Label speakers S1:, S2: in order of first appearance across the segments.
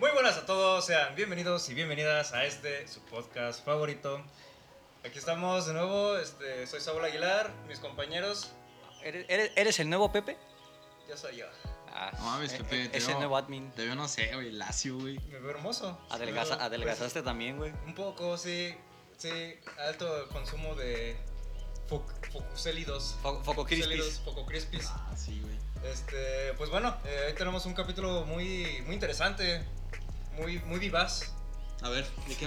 S1: Muy buenas a todos, sean bienvenidos y bienvenidas a este, su podcast favorito. Aquí estamos de nuevo, este, soy Saúl Aguilar, mis compañeros,
S2: ¿Eres, eres, eres el nuevo Pepe?
S1: yo soy yo.
S2: Ah,
S3: No mames,
S2: eh,
S3: Pepe.
S2: eh,
S3: te
S2: Es
S3: veo-
S2: el nuevo admin.
S3: Te veo, no sé, güey, lacio, güey.
S1: Me veo hermoso.
S2: Adelgaza-
S1: Pero,
S2: adelgazaste también, güey.
S1: pues, un poco, sí, sí, alto consumo de fo- focusélidos.
S2: Fo- Foco
S1: Focusélidos,
S2: Crispis.
S1: Foco crispis.
S3: Ah, sí, güey.
S1: Este, pues bueno, eh, hoy tenemos un capítulo muy, muy interesante, muy, muy vivaz.
S3: A ver, ¿de qué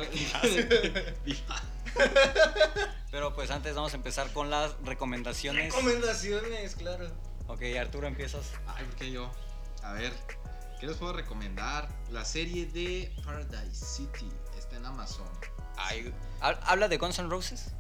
S3: va?
S2: Pero pues antes vamos a empezar con las recomendaciones.
S1: Recomendaciones, claro.
S2: Ok, Arturo, empiezas.
S3: Ay, ¿por qué yo? A ver, ¿qué les puedo recomendar? La serie de Paradise City está en Amazon.
S2: Ay, ¿hab- ¿Habla de Guns N' Roses?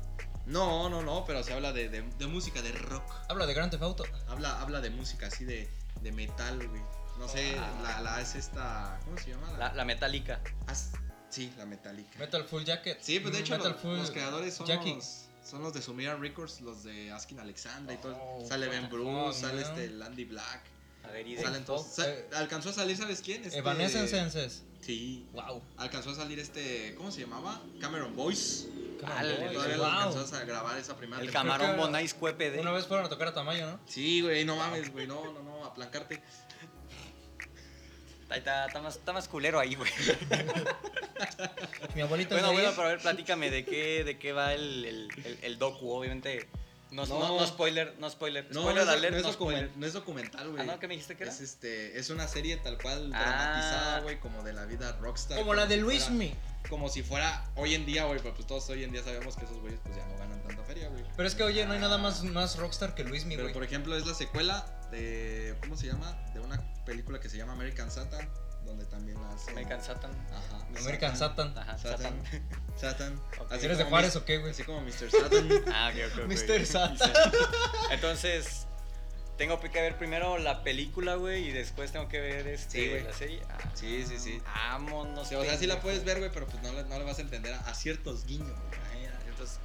S3: No, no, no, pero se habla de, de- de música, de rock.
S1: Habla de Grand Theft Auto.
S3: Habla, habla de música así de, de metal, güey. No sé,
S2: Ah.
S3: la, la es esta. ¿Cómo se llama?
S2: La, la metálica.
S3: As- sí, la metálica.
S1: Metal Full Jacket.
S3: Sí, pues de hecho
S1: Mm, Metal
S3: los,
S1: Full
S3: los creadores son
S1: Jackie.
S3: los, son los de Sumerian Records, los de Askin Alexandra y todo.
S1: Oh,
S3: sale Ben
S1: fuck,
S3: Bruce,
S1: oh,
S3: sale
S1: man.
S3: este Landy Black.
S2: A ver, y de-
S3: Salen todos-
S1: fuck,
S3: sa-
S1: eh.
S3: alcanzó a salir, ¿sabes quién? Este,
S1: Evanescences.
S3: Sí.
S2: Oh,
S1: Wow.
S3: Alcanzó a salir este, ¿cómo se llamaba? Cameron Boyce.
S2: Dale,
S1: Boys,
S3: Todavía lo
S1: wow.
S3: alcanzó a grabar esa primera
S2: El
S3: temporada.
S1: Creo
S2: camarón
S1: que-
S2: Bonais Cuepe de.
S1: Una vez fueron a tocar a Tamayo, ¿no?
S3: Sí, güey, no mames, güey, no, no, no, aplancarte.
S2: Ahí Está, está más, está más culero ahí, güey.
S1: Mi abuelito
S2: Bueno,
S1: es de
S2: bueno,
S1: ahí.
S2: pero a ver, platícame de qué, de qué va el, el, el- el docu, obviamente. No, no.
S3: No.
S2: no spoiler, no spoiler.
S3: No,
S2: spoiler
S3: no, es,
S2: alert,
S3: no, es
S2: no
S3: documen-
S2: spoiler.
S3: no es documental, güey.
S2: Ah, no, ¿qué me dijiste que era?
S3: es, este, es una serie tal cual
S2: Ah.
S3: dramatizada, güey, como de la vida rockstar.
S1: Como la de
S3: si
S1: Luis
S3: fuera-
S1: Mi.
S3: como si fuera hoy en día, güey, pero pues todos hoy en día sabemos que esos güeyes pues ya no ganan tanta feria, güey.
S1: Pero es que, oye, no hay nada más, más rockstar que Luis Mi,
S3: Pero
S1: güey.
S3: por ejemplo es la secuela de, ¿cómo se llama? De una película que se llama American Satan, donde también la hacen...
S2: American Satan.
S3: Ajá.
S1: American Satan.
S2: Ajá,
S3: Satan.
S2: Satan.
S3: Satan. Satan.
S2: Ok.
S3: Así
S1: ¿Eres de
S3: como
S1: Juárez
S3: Mis-
S1: o qué, güey?
S3: Así como Mr. Satan.
S2: Ah, ok, ok, ok.
S1: Mr. Satan.
S2: Entonces, tengo que ver primero la película, güey, y después tengo que ver este,
S3: Sí, güey.
S2: la serie. Ah,
S3: Sí, sí, sí.
S2: Vámonos.
S3: O sea, o sea, sí la
S2: pendejo.
S3: puedes ver, güey, pero pues no le, no le vas a entender a, a ciertos guiños, güey. Ay, ay,
S2: Ah, Entonces,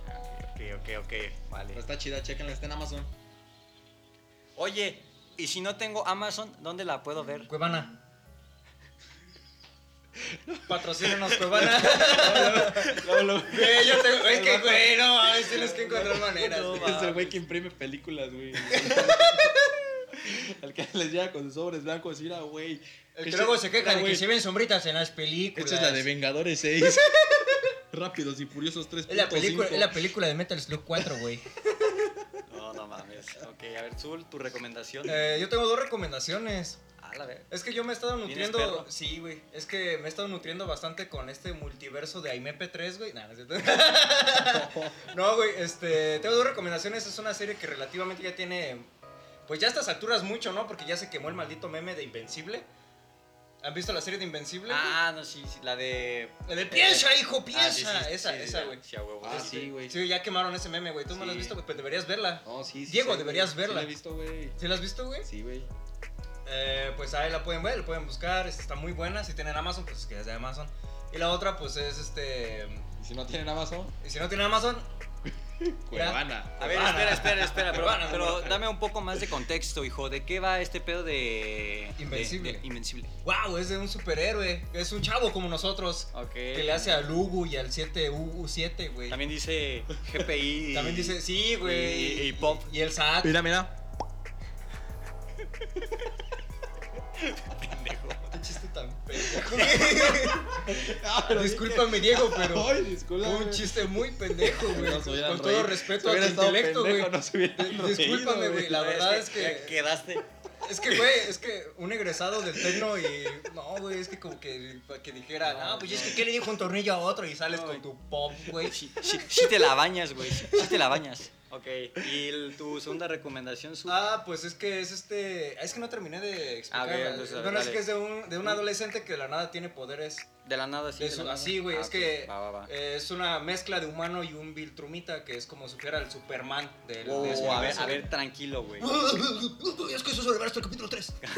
S2: ok, ok, ok,
S3: Pero
S2: vale.
S3: está chida, chequenla, está en Amazon.
S2: Oye, y si no tengo Amazon, ¿dónde la puedo ver?
S1: Cuevana. Patrocínanos, Cuevana. Güey, yo tengo. Es que, güey, no mames, tienes que encontrar maneras.
S2: No,
S1: güey.
S2: mames.
S3: es el güey que imprime películas, güey. Al que les llega con sus sobres blancos, mira, güey.
S1: El que
S3: Esa-
S1: luego se queja
S3: mira,
S1: de que
S3: güey,
S1: se ven sombritas en las películas.
S3: Esta es la de Vengadores 6. Rápidos y Furiosos 3.
S1: Es la película, es la película de Metal Slug 4, güey.
S2: No, no mames. Ok, a ver, Zul, tu recomendación.
S1: Eh, yo tengo dos recomendaciones.
S2: A la ver.
S1: Es que yo me he estado
S2: ¿Vienes
S1: nutriendo.
S2: perro?
S1: Sí, güey. Es que me he estado nutriendo bastante con este multiverso de IMP3, güey. Nah, no, es cierto. No, güey, este. Tengo dos recomendaciones. Es una serie que relativamente ya tiene. Pues ya a estas alturas mucho, ¿no? Porque ya se quemó el maldito meme de Invencible. ¿Han visto la serie de Invencible?
S2: Ah, no, sí, sí, la de.
S1: La de piensa, hijo,
S2: Ah, sí, sí,
S1: piensa.
S2: sí,
S1: esa,
S2: sí,
S1: esa,
S2: sí,
S1: güey.
S2: Sí, a huevo.
S3: Ah,
S2: sí,
S3: sí, güey.
S1: Sí, ya quemaron ese meme, güey. Tú no la has
S3: Sí.
S1: visto, güey. Pues deberías verla.
S3: No, sí, sí.
S1: Diego,
S3: sí,
S1: deberías
S3: güey.
S1: verla.
S3: Sí, la he visto, güey.
S1: ¿Sí la has visto, güey?
S3: Sí, güey.
S1: Eh, pues ahí la pueden ver, la pueden buscar, está muy buena. Si tienen Amazon, pues que es de Amazon. Y la otra, pues es este.
S3: Y si no tienen Amazon,
S1: Y si no tienen Amazon,
S3: Cuevana.
S2: A ver, espera, espera, espera, pero,
S1: Urbana,
S2: pero
S1: urbana.
S2: dame un poco más de contexto, hijo. ¿De qué va este pedo de. de-
S1: Invencible.
S2: de Invencible.
S1: wow, es de un superhéroe. Es un chavo como nosotros.
S2: Ok.
S1: Que le hace a Lugu y al 7U7, güey.
S2: También dice GPI.
S1: También dice, sí, güey.
S2: y- y Pop.
S1: Y el SAT.
S3: Mira, mira.
S2: pendejo.
S1: Qué chiste tan pendejo. Discúlpame, Diego, pero.
S3: Ah, Ay, disculpa.
S1: Fue un chiste muy pendejo, güey.
S3: No se hubieran
S1: Con
S3: reído.
S1: todo respeto
S3: Se
S1: a tu
S3: hubiera estado
S1: intelecto,
S3: pendejo,
S1: güey.
S3: no se hubieran
S1: Eh,
S3: reído,
S1: Discúlpame,
S3: güey.
S1: güey. La verdad es que.
S2: ya Quedaste.
S1: Es que, güey, es que un egresado del tecno y. No, güey, es que como que, que dijera, no,
S2: No,
S1: pues
S2: no.
S1: es que ¿qué le dijo un tornillo a otro? Y sales
S2: No,
S1: con
S2: güey.
S1: tu pop, güey.
S2: Sí, sí- sí te la bañas, güey. Sí, sí te la bañas. Ok. Y el- tu segunda recomendación, su.
S1: Ah, pues es que es este. ah, Es que no terminé de explicar.
S2: ver,
S1: ¿verdad?
S2: entonces, a ver,
S1: bueno, es
S2: dale.
S1: que es de un, de un adolescente que de la nada tiene poderes.
S2: De la nada, sí.
S1: de su- así, güey, es que
S2: Va, va, va.
S1: eh, es una mezcla de humano y un Viltrumita, que es como si fuera el Superman del.
S2: Wow,
S1: de ese
S2: Oh, a ver,
S1: universo,
S2: a
S1: güey.
S2: ver, tranquilo, güey.
S1: Es que eso es el verso del capítulo 3.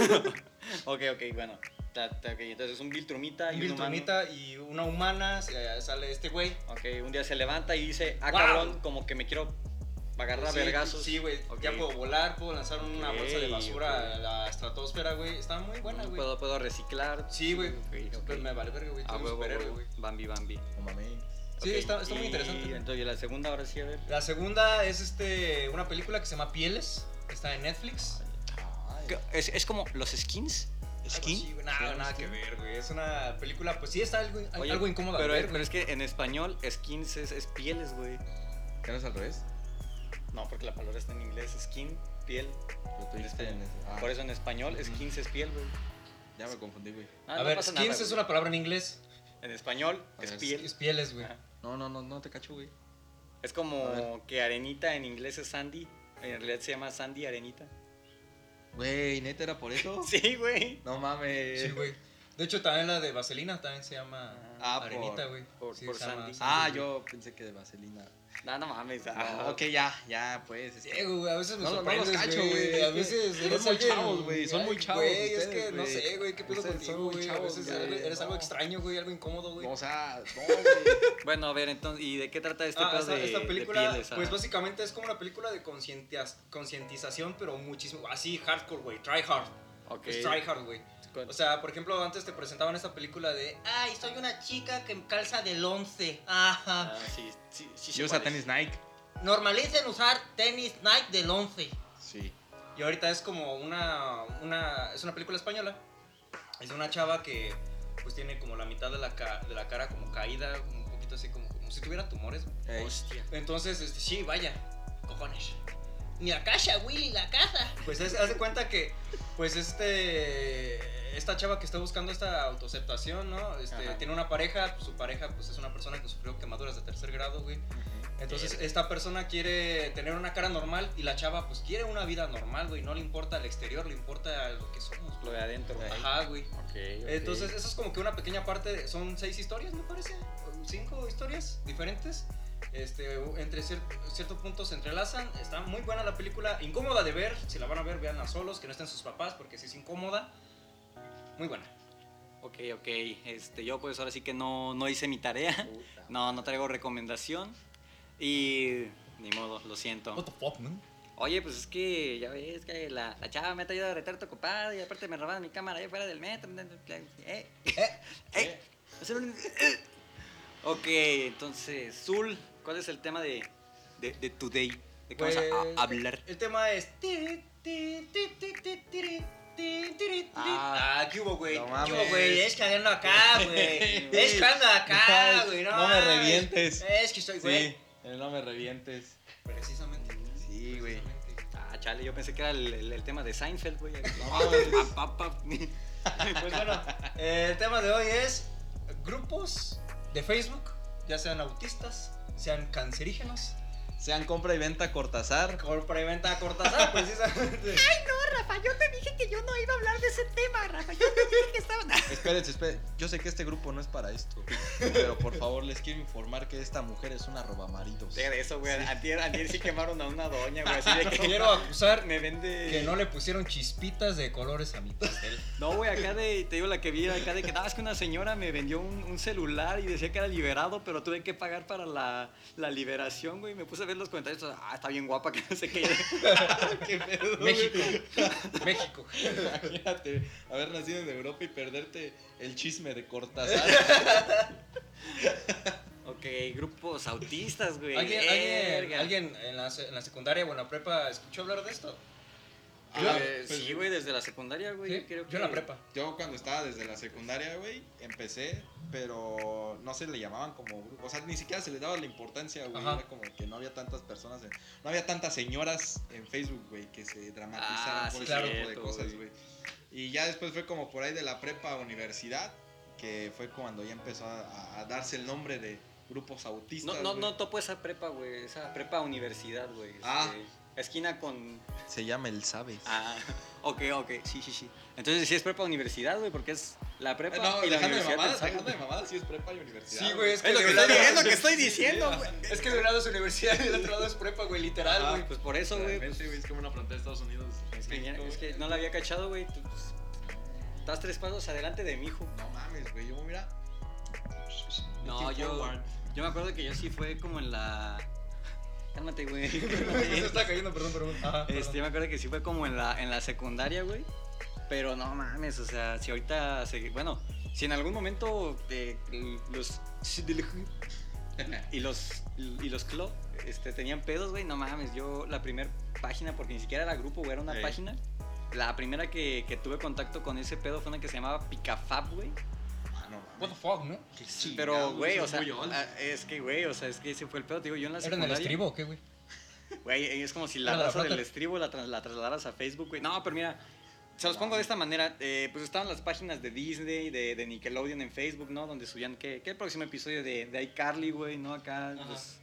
S2: Ok, ok, bueno. Ta- ta- ok, Entonces es un Viltrumita y
S1: Un
S2: un humano.
S1: Viltrumita y una humana, eh, sale este güey.
S2: Ok, un día se levanta y dice, ah,
S1: Wow.
S2: cabrón, como que me quiero agarra
S1: Sí,
S2: vergazos.
S1: Sí, güey.
S2: Ok.
S1: Ya puedo volar, puedo lanzar una bolsa de
S2: Ok,
S1: basura
S2: ok.
S1: a la estratosfera, güey. Está muy buena, güey.
S2: Puedo, puedo reciclar.
S1: Sí, güey.
S2: ok, ok.
S1: Pues me vale verga, güey.
S2: Ah,
S1: Soy un
S2: huevo,
S1: superhéroe,
S2: huevo.
S1: güey.
S2: Bambi, Bambi.
S3: No mames.
S1: Sí,
S2: Ok,
S1: está, está muy
S2: y
S1: interesante. güey.
S2: Entonces, la segunda ahora sí, a ver.
S1: La segunda es este, una película que se llama Pieles. Está en Netflix.
S2: ¿Qué- ¿Es, es como los skins?
S1: Algo así,
S2: ¿Skin?
S1: güey. Nada, nada que ver, güey. Es una película, pues sí, está algo,
S2: Oye,
S1: algo incómodo.
S2: Pero,
S1: ver,
S2: es, pero
S1: güey.
S2: es que en español skins es, es pieles, güey.
S3: ¿Qué no es al revés?
S2: No, porque la palabra está en inglés, skin, piel.
S3: Pero tú dijiste
S2: Este,
S3: en ese- ah,
S2: Por eso en español skins es piel, güey.
S3: Ya me confundí, güey.
S2: Ah,
S1: a
S2: no
S1: ver,
S2: pasa
S1: skins
S2: nada,
S1: es
S2: güey.
S1: una palabra en inglés.
S2: En español
S3: A
S2: es
S3: ver,
S2: piel.
S1: Es pieles, güey.
S2: Ajá.
S3: No, no, no, no te cacho, güey.
S2: Es
S3: A
S2: como
S3: ver.
S2: que arenita en inglés es sandy. En realidad se llama sandy arenita.
S3: Güey, neta era por eso.
S2: Sí, güey.
S3: No mames.
S1: Sí, güey. De hecho, también la de Vaselina también se llama
S3: Ah, por-
S1: Arenita, güey.
S2: por-
S1: Sí,
S2: por
S1: se llama
S2: Sandy.
S3: Ah,
S1: güey.
S3: yo pensé que de vaselina.
S2: No, no mames. ah,
S3: Ah, ok, ya, ya, pues. es que-
S1: Sí, güey, a veces me
S3: No, no
S1: sorprendes,
S3: los cacho, güey.
S1: güey. A veces
S3: Son
S1: eres
S3: muy
S1: alguien-
S3: chavos, güey, son muy
S1: Ay,
S3: chavos
S1: Güey, es
S3: ustedes,
S1: que no
S3: güey.
S1: sé, güey, qué pedo
S3: Ustedes son
S1: contigo,
S3: muy
S1: güey. A
S3: chavos,
S1: veces
S3: güey,
S1: eres eres algo
S3: no.
S1: extraño, güey, algo incómodo, güey.
S3: O sea, no, güey.
S2: Bueno, a ver, entonces, ¿y de qué trata este
S1: Ah,
S2: pedo
S1: esta,
S2: de,
S1: esta
S2: de
S1: película,
S2: pieles, ah?
S1: pues básicamente es como una película de concientias- concientización, pero muchísimo, así hardcore, güey, try hard,
S2: Ok.
S1: es try hard, güey.
S2: pues,
S1: O sea, por ejemplo, antes te presentaban esta película de, ay, soy una chica que calza del 11, ajá.
S2: Ah, sí, sí, sí,
S3: Yo
S2: sé
S3: usa
S2: cuál es.
S3: tenis Nike.
S1: Normalicen usar tenis Nike del 11.
S3: Sí.
S1: Y ahorita es como una, una, es una película española, es de una chava que pues tiene como la mitad de la, ca- de la cara como caída, un poquito así como, como si tuviera tumores, güey.
S2: Hostia.
S1: Entonces, este, sí, vaya, cojones. Ni la casa, Willy, la casa. Pues es, haz de cuenta que, pues este, esta chava que está buscando esta autoaceptación, ¿no? Este,
S2: Ajá.
S1: tiene una pareja, pues, su pareja, pues es una persona que sufrió quemaduras de tercer grado, güey. Entonces,
S2: Verga.
S1: esta persona quiere tener una cara normal y la chava, pues quiere una vida normal, güey. No le importa el exterior, le importa lo que somos,
S2: Lo
S1: güey.
S2: de adentro, güey.
S1: Ajá, güey.
S2: Ok, ok.
S1: Entonces, eso es como que una pequeña parte, de- son seis historias, me parece, o cinco historias diferentes. Este, entre cier- cierto punto se entrelazan. Está muy buena la película, incómoda de ver. Si la van a ver, vean a solos, que no estén sus papás, porque sí es incómoda. Muy buena.
S2: Ok, ok. Este, yo pues ahora sí que no, no hice mi tarea. No, no traigo recomendación. Y ni modo, lo siento.
S1: the fuck, man?
S2: Oye, pues es que ya ves que la, la chava me ha traído a retar tu copada y aparte me robaron mi cámara ahí fuera del metro. Eh, eh, eh. Es el único- eh. Ok, entonces, Zul, ¿cuál es el tema de, de, de today? ¿De qué vamos a- a, hablar?
S1: El tema es. ti, ti, ti, ti, ti, ti, ti, ti,
S3: Ah,
S1: ah, ¿qué hubo, güey?
S3: no
S1: ¿Qué hubo,
S3: mames.
S1: güey? Es que ando acá, güey. Es que ando acá,
S3: Ay,
S1: güey. No,
S3: no me
S1: mames.
S3: revientes.
S1: Es que estoy, güey.
S3: Sí, el no me revientes.
S1: Precisamente.
S3: Sí, güey.
S1: Precisamente.
S2: Ah, chale, yo pensé que era el, el- el tema de Seinfeld, güey.
S3: No mames.
S2: Pa, pa, pa.
S1: Pues bueno, eh, el tema de hoy es grupos de Facebook, ya sean autistas, sean cancerígenos,
S3: Sean compra y venta Cortázar.
S1: compra y venta a Cortázar, precisamente.
S2: Rafa, yo te dije que yo no iba a hablar de ese tema, Rafa. Yo te dije que estaba.
S3: Espérense, espérense. Yo sé que este grupo no es para esto. Pero por favor, les quiero informar que esta mujer es una robamaridos.
S2: Deja de eso, güey. Antier, antier sí quemaron a una doña, güey. Así de que
S1: Quiero acusar
S2: me vende.
S1: que no le pusieron chispitas de colores a mi pastel.
S2: No, güey, acá de. Te digo la que vi, acá de que. No, es que una señora me vendió un, un celular y decía que era liberado, pero tuve que pagar para la, la liberación, güey. Me puse a ver los comentarios. Ah, está bien guapa, que no sé qué.
S3: Qué pedo, güey.
S1: México, México.
S3: Imagínate haber nacido en Europa y perderte el chisme de Cortázar.
S2: Ok, grupos autistas, güey.
S1: ¿Alguien, alguien,
S2: Verga.
S1: alguien en, la, se- en la secundaria o en la prepa escuchó hablar de esto?
S2: Ah,
S3: Yo-
S2: eh,
S3: pues-
S2: sí, güey, desde la secundaria, güey.
S1: Sí,
S2: creo
S1: Yo en la prepa.
S3: Yo cuando estaba desde la secundaria, güey, empecé, pero no se le llamaban como grupo. O sea, ni siquiera se le daba la importancia, güey.
S1: Ajá.
S3: Era como que no había tantas personas, en- no había tantas señoras en Facebook, güey, que se dramatizaran
S2: Ah,
S3: por
S2: sí,
S3: ese tipo de
S2: cierto,
S3: cosas,
S2: güey.
S3: güey. Y ya después fue como por ahí de la prepa a universidad, que fue cuando ya empezó a, a darse el nombre de grupos autistas.
S2: No, no,
S3: güey.
S2: no topo esa prepa, güey. Esa prepa universidad, güey.
S3: Ah.
S2: este, Esquina con.
S3: Se llama el Sabes.
S2: Ah, ok, ok. Sí, sí, sí. Entonces sí es prepa universidad, güey, porque es la prepa
S3: Eh, no,
S2: y la
S3: dejando de
S2: universidad.
S3: mamadas,
S2: pensaba,
S3: dejando de
S2: güey.
S3: mamadas, sí es prepa y universidad.
S1: Sí, güey, es que,
S2: Es lo
S1: de
S2: que
S1: un lado-
S2: estoy, es lo que estoy diciendo, güey.
S1: es que de un lado es universidad y del otro lado es prepa, güey, literal,
S3: Ajá.
S1: güey.
S2: Pues por eso, güey. pues,
S4: Realmente, güey, es como una frontera de Estados Unidos.
S2: es, que, ya-
S4: México,
S2: es
S4: güey.
S2: que no la había cachado, güey. tú, pues, Estás tres pasos adelante de mi hijo.
S3: No mames, güey, yo mira.
S2: No, yo, yo me acuerdo que yo sí fue como en la. Cálmate, güey.
S1: Se
S2: cálmate.
S1: está cayendo, perdón, perdón. Ajá, perdón.
S2: Este, yo me acuerdo que sí fue como en la, en la secundaria, güey. Pero no mames, o sea, si ahorita. se- bueno, si en algún momento eh, los.
S3: Ah,
S2: Y los. Y los clo este, tenían pedos, güey. No mames, yo la primera página, porque ni siquiera era grupo, güey, era una
S5: Ey.
S2: página. La primera que, que tuve contacto con ese pedo fue una que se llamaba Picafab, güey.
S5: Ah, no mames.
S1: What
S2: Pues
S1: the fuck, ¿no?
S5: Qué chingados,
S2: Pero, güey,
S3: eso
S2: o
S3: es
S2: sea,
S3: muy old.
S2: ah, es que, güey, o sea, es que ese fue el pedo. Te Digo, yo en la
S1: ¿Era en el
S2: secundaria.
S1: estribo o qué, güey?
S2: Güey, es como si la
S1: Era de la
S2: raza
S1: flota.
S2: del estribo la, tras- la trasladaras a Facebook, güey. No, pero mira, se los pongo de esta manera. Eh, pues estaban las páginas de Disney, de, de Nickelodeon en Facebook, ¿no? Donde subían que, que el próximo episodio de, de iCarly, güey, ¿no? Acá, pues,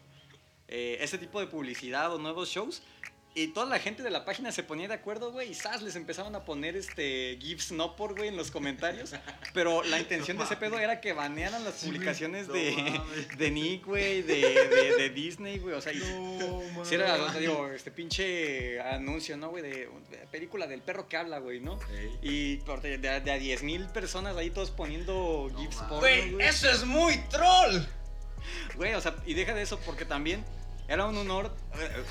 S2: eh, ese tipo de publicidad o nuevos shows. Y toda la gente de la página se ponía de acuerdo, güey, y ¡zas! les empezaban a poner este GIFs no por, güey, en los comentarios. Pero la intención de ese pedo era que banearan las
S3: Sí, güey.
S2: publicaciones
S3: No
S2: de,
S3: mames.
S2: de Nick, güey, de, de, de Disney, güey. O sea, y-
S3: No,
S2: si era, te digo, este pinche anuncio, ¿no, güey? De, de película del perro que habla, güey, ¿no?
S5: Ey.
S2: Y por- de, de a 10.000 personas ahí todos poniendo
S3: No
S2: GIFs
S3: mames.
S2: porno,
S1: Güey, eso es muy troll.
S2: Güey, o sea, y deja de eso porque también era un honor,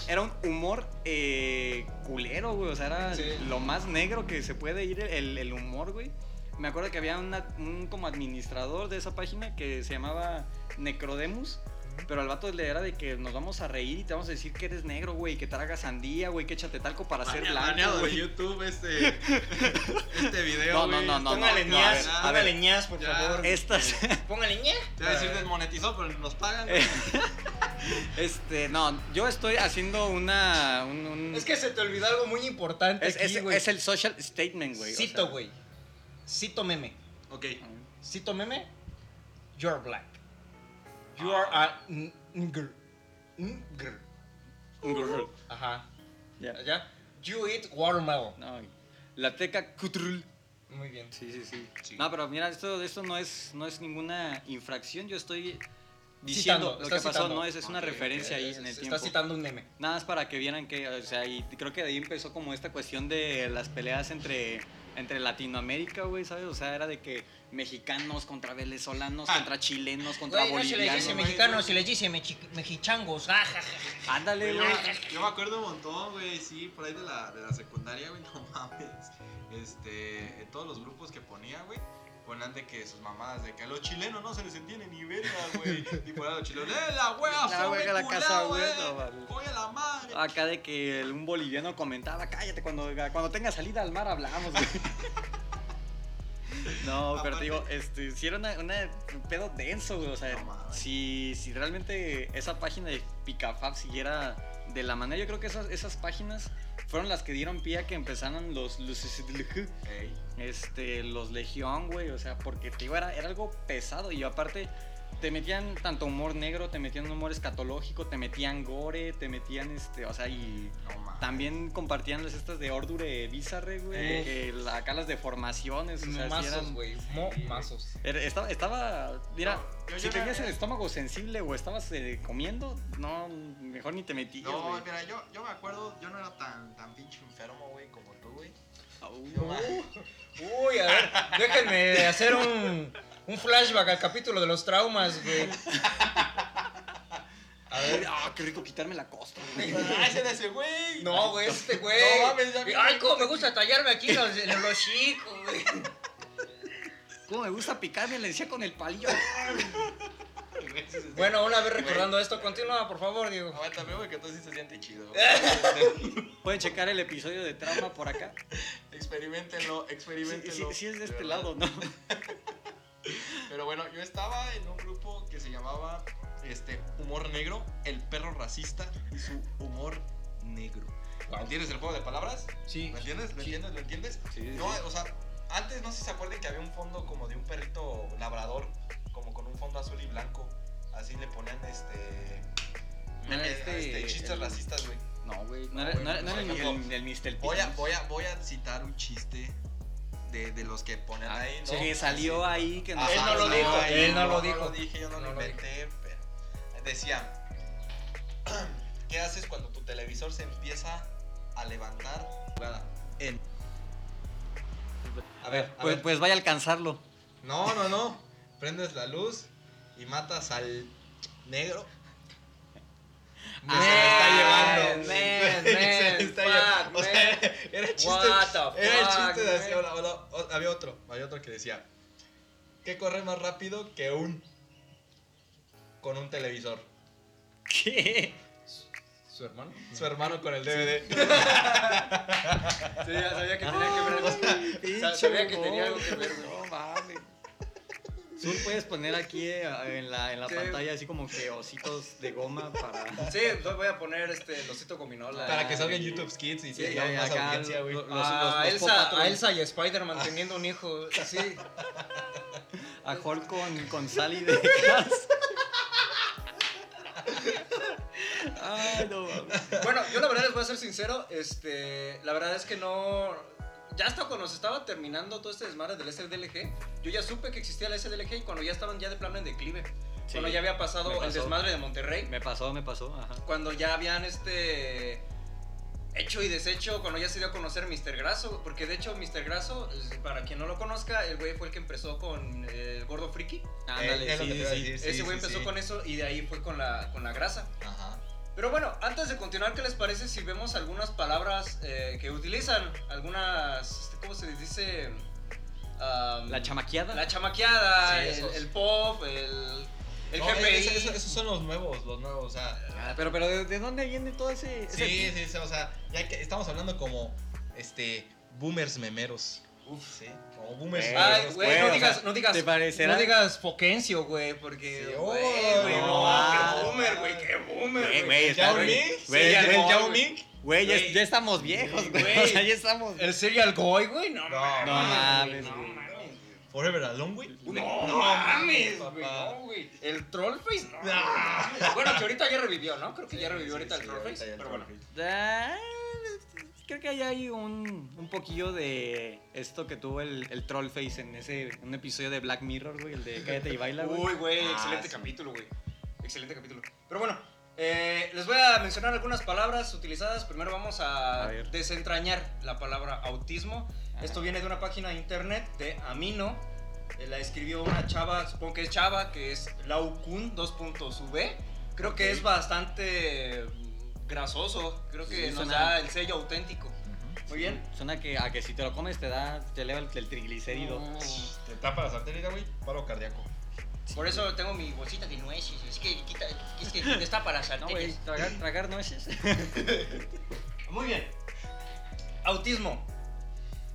S2: era un humor eh, culero, güey. O sea, era
S1: Sí.
S2: lo más negro que se puede ir el, el humor, güey. Me acuerdo que había una- un como administrador de esa página que se llamaba Necrodemus. Pero al vato le era de que nos vamos a reír y te vamos a decir que eres negro, güey, que tragas sandía, güey, que échate talco para ser blanco,
S3: Baneado de
S2: güey.
S3: YouTube este, este video.
S2: No, no,
S3: güey.
S2: no, no.
S1: Póngale
S2: a
S1: ñas,
S2: ver, a
S1: póngale
S2: ver.
S1: Ah, ñas, por
S3: Ya.
S1: favor.
S2: Estas,
S1: Póngale ñas.
S3: Te iba a decir desmonetizó, pero nos pagan.
S2: Eh. este, no, yo estoy haciendo una, un, un-
S1: Es que se te olvidó algo muy importante
S2: es,
S1: aquí,
S2: es-
S1: güey.
S2: es el social statement, güey. o sea.
S1: Cito, güey. Cito meme.
S3: Ok.
S2: Eh.
S1: Cito meme. You're black. You are a n- nigger. Nigger. Ajá.
S2: Ya.
S1: ¿Ya? You eat watermelon.
S2: No, la teca cutrul.
S1: Muy bien.
S2: Sí, sí, sí,
S3: Sí.
S2: No, pero mira, esto, esto no, es, no es ninguna infracción. Yo estoy diciendo lo que
S1: estás
S2: pasó,
S1: citando.
S2: no es, es una
S3: Ok,
S2: referencia ahí
S1: Se-
S2: en el
S1: se
S2: tiempo.
S1: Está citando un meme.
S2: Nada más para que vieran que, o sea, y creo que de ahí empezó como esta cuestión de las peleas entre, entre Latinoamérica, güey, ¿sabes? O sea, era de que mexicanos contra venezolanos,
S3: Ah.
S2: contra chilenos, contra bolivianos.
S3: dice mexicanos,
S1: se les dice mexichangos. ah,
S2: Ándale,
S3: Güey,
S2: güey.
S3: yo, yo me acuerdo un montón, güey, sí, por ahí de la, de la secundaria, güey, no mames. Este, en todos los grupos que ponía, güey, ponían de que sus mamadas, de que a los chilenos no se les entiende ni verga, güey. Y por ahí los chilenos, ¡eh, la wea,
S2: La
S3: fue
S2: wea, la
S3: la
S2: casa,
S3: casa, güey!
S2: güey, no mames.
S3: ¡Oye, la madre!
S2: Acá de que un boliviano comentaba, cállate, cuando, cuando tenga salida al mar hablamos, güey. No, pero te digo, este, sí era una, una- un pedo denso, güey. O sea,
S3: No mames.
S2: si, si realmente esa página de Picafab siguiera de la manera, yo creo que esas, esas páginas fueron las que dieron pie a que empezaron los, los,
S3: Ey,
S2: este, los Legión, güey. O sea, porque te digo, era, era algo pesado. Y aparte, te metían tanto humor negro, te metían humor escatológico, te metían gore, te metían este, o sea, y
S3: no mames.
S2: también compartían las estas de Ordure Bizarre, güey.
S3: Eh.
S2: que la- acá las deformaciones, o sea, sí
S1: Momazos,
S2: eran.
S1: güey. Momazos.
S2: era- Estaba, estaba, mira,
S3: No, yo-
S2: si
S3: yo era-
S2: tenías el estómago sensible o estabas eh, comiendo, no, mejor ni te metías,
S3: No,
S2: güey.
S3: mira, yo, yo me acuerdo, yo no era tan, tan pinche enfermo, güey, como tú, güey.
S2: Au.
S3: Yo me-
S1: Uy, a ver, déjenme hacer un, un flashback al capítulo de los traumas, güey. A ver.
S2: Ah, qué rico quitarme la costa, güey.
S3: ¡Ah, ese de ese güey!
S1: No, güey, este güey.
S3: No mames, ya me-
S1: Ay, cómo me gusta tallarme aquí los, los chicos, güey.
S2: Cómo me gusta picarme, le decía con el palillo.
S3: Güey, ese es-
S1: Bueno, una vez recordando esto, continúa, por favor, Diego.
S3: Aguántame, güey, que entonces sí se siente chido.
S2: Pueden checar el episodio de trauma por acá.
S3: experimentenlo,
S2: Sí,
S3: experimentenlo.
S2: sí- sí es de este
S3: verdad.
S2: lado, ¿no?
S3: Pero bueno, yo estaba en un grupo que se llamaba este, Humor Negro, el perro racista y su humor negro. ¿Entiendes el juego de palabras?
S1: Sí.
S3: ¿Lo entiendes? ¿Lo
S1: Sí.
S3: entiendes? ¿Lo entiendes? No, o sea, antes no sé si se acuerdan que había un fondo como de un perrito labrador, como con un fondo azul y blanco. Así le ponían este.
S1: Ah,
S2: Era
S3: este,
S2: este-
S3: chistes
S2: el-
S3: racistas, güey.
S2: No, güey. No era,
S3: güey,
S2: no era-
S3: por
S2: no era ni el,
S3: ejemplo,
S2: el Mr.
S3: Voy a,
S2: Pickles.
S3: voy, a, voy a citar un chiste de, de los que ponen
S2: Ah,
S3: ahí, ¿no? Ah,
S2: sí, que salió
S3: Así.
S2: ahí. Que
S1: Él no lo
S3: salió
S1: dijo,
S3: ahí,
S1: él no
S3: yo
S1: lo dijo.
S3: dije, yo no,
S1: No
S3: lo
S1: lo
S3: inventé, pero decía, ¿qué haces cuando tu televisor se empieza a levantar? En... A ver, a
S2: Pues,
S3: ver.
S2: pues vaya a alcanzarlo.
S3: No, no, no. Prendes la luz y matas al negro. que se la está llevando.
S1: Man,
S3: Güey, que se la está
S1: man,
S3: llevando. O
S1: fuck,
S3: sea,
S1: man.
S3: era el chiste.
S1: What the
S3: Era el
S1: fuck,
S3: chiste de así.
S1: man.
S3: hola, hola, o- había otro, había otro que decía: ¿Qué corre más rápido que un. con un televisor?
S2: ¿Qué?
S1: ¿Su hermano?
S3: Su hermano con el DVD.
S1: Sí, ya sabía que tenía que ver algo.
S2: Pinche
S1: sabía que
S2: mamón.
S1: tenía algo que ver,
S2: No mames. Sur, puedes poner aquí eh, en la, en la
S1: Sí.
S2: pantalla así como que ositos de goma para.
S1: Sí, yo voy a poner este el osito gominola.
S3: Para que salga en YouTube Kids y
S2: Sí,
S3: tengamos
S2: ya, ya,
S3: más
S2: acá
S3: audiencia, güey. Ah,
S2: lo-
S1: a,
S2: los- los Paw
S1: Ah, Elsa,
S2: Patrol.
S1: a Elsa y Spider-Man teniendo un hijo. Sí.
S2: A Hulk con, con Sally de Cars. Ay, no mames.
S1: Bueno, yo la verdad les voy a ser sincero. Este, la verdad es que no. Ya hasta cuando se estaba terminando todo este desmadre del SDLG, yo ya supe que existía el SDLG y cuando ya estaban ya de plano en declive.
S2: Sí,
S1: cuando ya había
S2: me
S1: pasado el
S2: pasó.
S1: desmadre de Monterrey.
S2: Me pasó, me pasó. Ajá.
S1: cuando ya habían este hecho y deshecho, cuando ya se dio a conocer Mr. Grasso, porque de hecho Mr. Grasso, es- para quien no lo conozca, el güey fue el que empezó con eh, el gordo friki.
S2: Ándale,
S3: Eh, es lo
S2: sí,
S3: que te
S2: sí,
S3: iba a
S2: sí.
S3: decir, sí,
S1: Ese güey
S3: sí,
S1: empezó
S3: sí.
S1: con eso y de ahí fue con la, con la grasa.
S3: Ajá.
S1: Pero bueno, antes de continuar, ¿qué les parece si vemos algunas palabras eh, que utilizan? Algunas, este, ¿cómo se les dice? Am,
S2: La chamaqueada.
S1: La chamaqueada,
S3: Sí,
S1: el,
S3: esos.
S1: el pop, el, el
S3: No,
S1: GPI.
S3: es- es- esos son los nuevos, los nuevos, o sea.
S2: Ah, pero, pero ¿de, de dónde viene todo ese.? ese-
S3: Sí, sí, sí, o sea, ya que estamos hablando como este boomers memeros. Uf, sí, como boomers
S2: Güey,
S1: Ay,
S3: memeros.
S1: Eh, güey,
S2: o
S1: no
S2: sea,
S1: digas, no digas,
S2: ¿te parecerá?
S1: no digas Foquencio, güey, porque,
S3: Sí,
S1: güey,
S3: oh,
S1: güey,
S2: no,
S1: no,
S2: ah,
S1: qué boomer, güey, qué boomer,
S2: Güey,
S1: güey.
S2: güey,
S3: ¿El
S2: está,
S3: Yao
S2: güey.
S3: Ming?
S2: Güey,
S1: Sí,
S2: ya-
S1: el
S3: ¿El
S1: Yao
S3: Yao
S1: Ming.
S3: Ming?
S2: Güey, ya,
S1: Güey.
S2: ya estamos viejos,
S1: Sí,
S2: güey.
S1: güey.
S2: O sea, ya estamos.
S1: El serial goy, güey, no,
S3: No,
S1: mames,
S3: no
S1: güey,
S2: mames,
S1: no
S2: güey.
S1: mames.
S3: Forever Alone, güey.
S1: No,
S3: No
S1: mames,
S3: mames,
S1: güey,
S3: papá.
S1: no, güey. El Trollface, no.
S3: Ah.
S1: Bueno, que ahorita ya revivió, ¿no? Creo que ya
S3: Sí,
S1: revivió
S3: sí,
S1: ahorita
S3: sí,
S1: el Trollface,
S3: ahorita ya el
S1: pero bueno.
S3: Trollface.
S2: Ah, Creo que ahí hay un, un poquillo de esto que tuvo el, el Trollface en ese un episodio de Black Mirror, güey, el de Cállate y baila, güey.
S1: Uy, güey,
S3: Ah,
S1: excelente
S3: sí.
S1: capítulo, güey. Excelente capítulo. Pero bueno, eh, les voy a mencionar algunas palabras utilizadas. Primero vamos a,
S2: A ver.
S1: desentrañar la palabra autismo.
S2: Ajá.
S1: Esto viene de una página de internet de Amino. Eh, la escribió una chava, supongo que es chava, que es Laukun 2.V. E. Creo que es bastante mm, grasoso. Creo que
S2: Sí,
S1: nos
S2: suena-
S1: da el sello auténtico. Muy bien.
S2: Suena que a que si te lo comes te da, te eleva el, el triglicérido.
S1: Mm.
S3: Te tapa la sartén, güey, paro cardíaco.
S1: Por eso tengo mi bolsita de nueces. Es que, quita, es que está para
S2: No, güey,
S1: sartenes.
S2: tragar, tragar nueces.
S1: Muy bien. Autismo.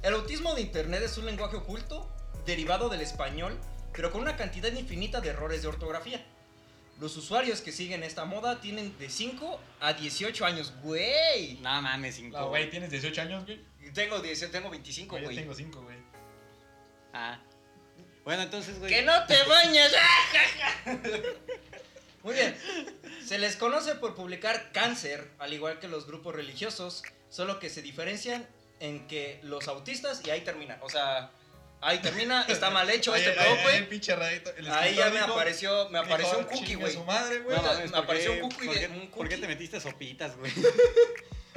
S1: El autismo de Internet es un lenguaje oculto, derivado del español, pero con una cantidad infinita de errores de ortografía. Los usuarios que siguen esta moda tienen de 5 a 18 años, güey.
S2: No mames, cinco.
S3: No, güey, tienes 18 años, güey.
S1: Tengo 10, tengo 25,
S3: Yo
S1: güey.
S3: tengo 5, güey.
S2: Ah. Bueno, entonces, güey.
S1: Que no te ah. bañas. Muy bien. Se les conoce por publicar cáncer, al igual que los grupos religiosos, solo que se diferencian en que los autistas y ahí termina. O sea, ahí termina, está mal hecho
S3: Ahí-
S1: este
S3: ahí- ahí
S1: profe.
S3: el pinche radito. el
S1: Ahí ya
S3: escritor
S1: me
S3: dijo-
S1: apareció, me
S3: dijo,
S1: apareció un
S3: "Chingue
S1: cookie,
S3: a
S1: güey.
S3: su madre, güey.
S1: No,
S2: mames,
S1: me
S2: ¿por qué-
S1: apareció un cucuy
S2: ¿por
S1: de-
S2: qué-
S1: un
S2: ¿Por qué
S1: cucuy.
S2: te metiste sopitas, güey?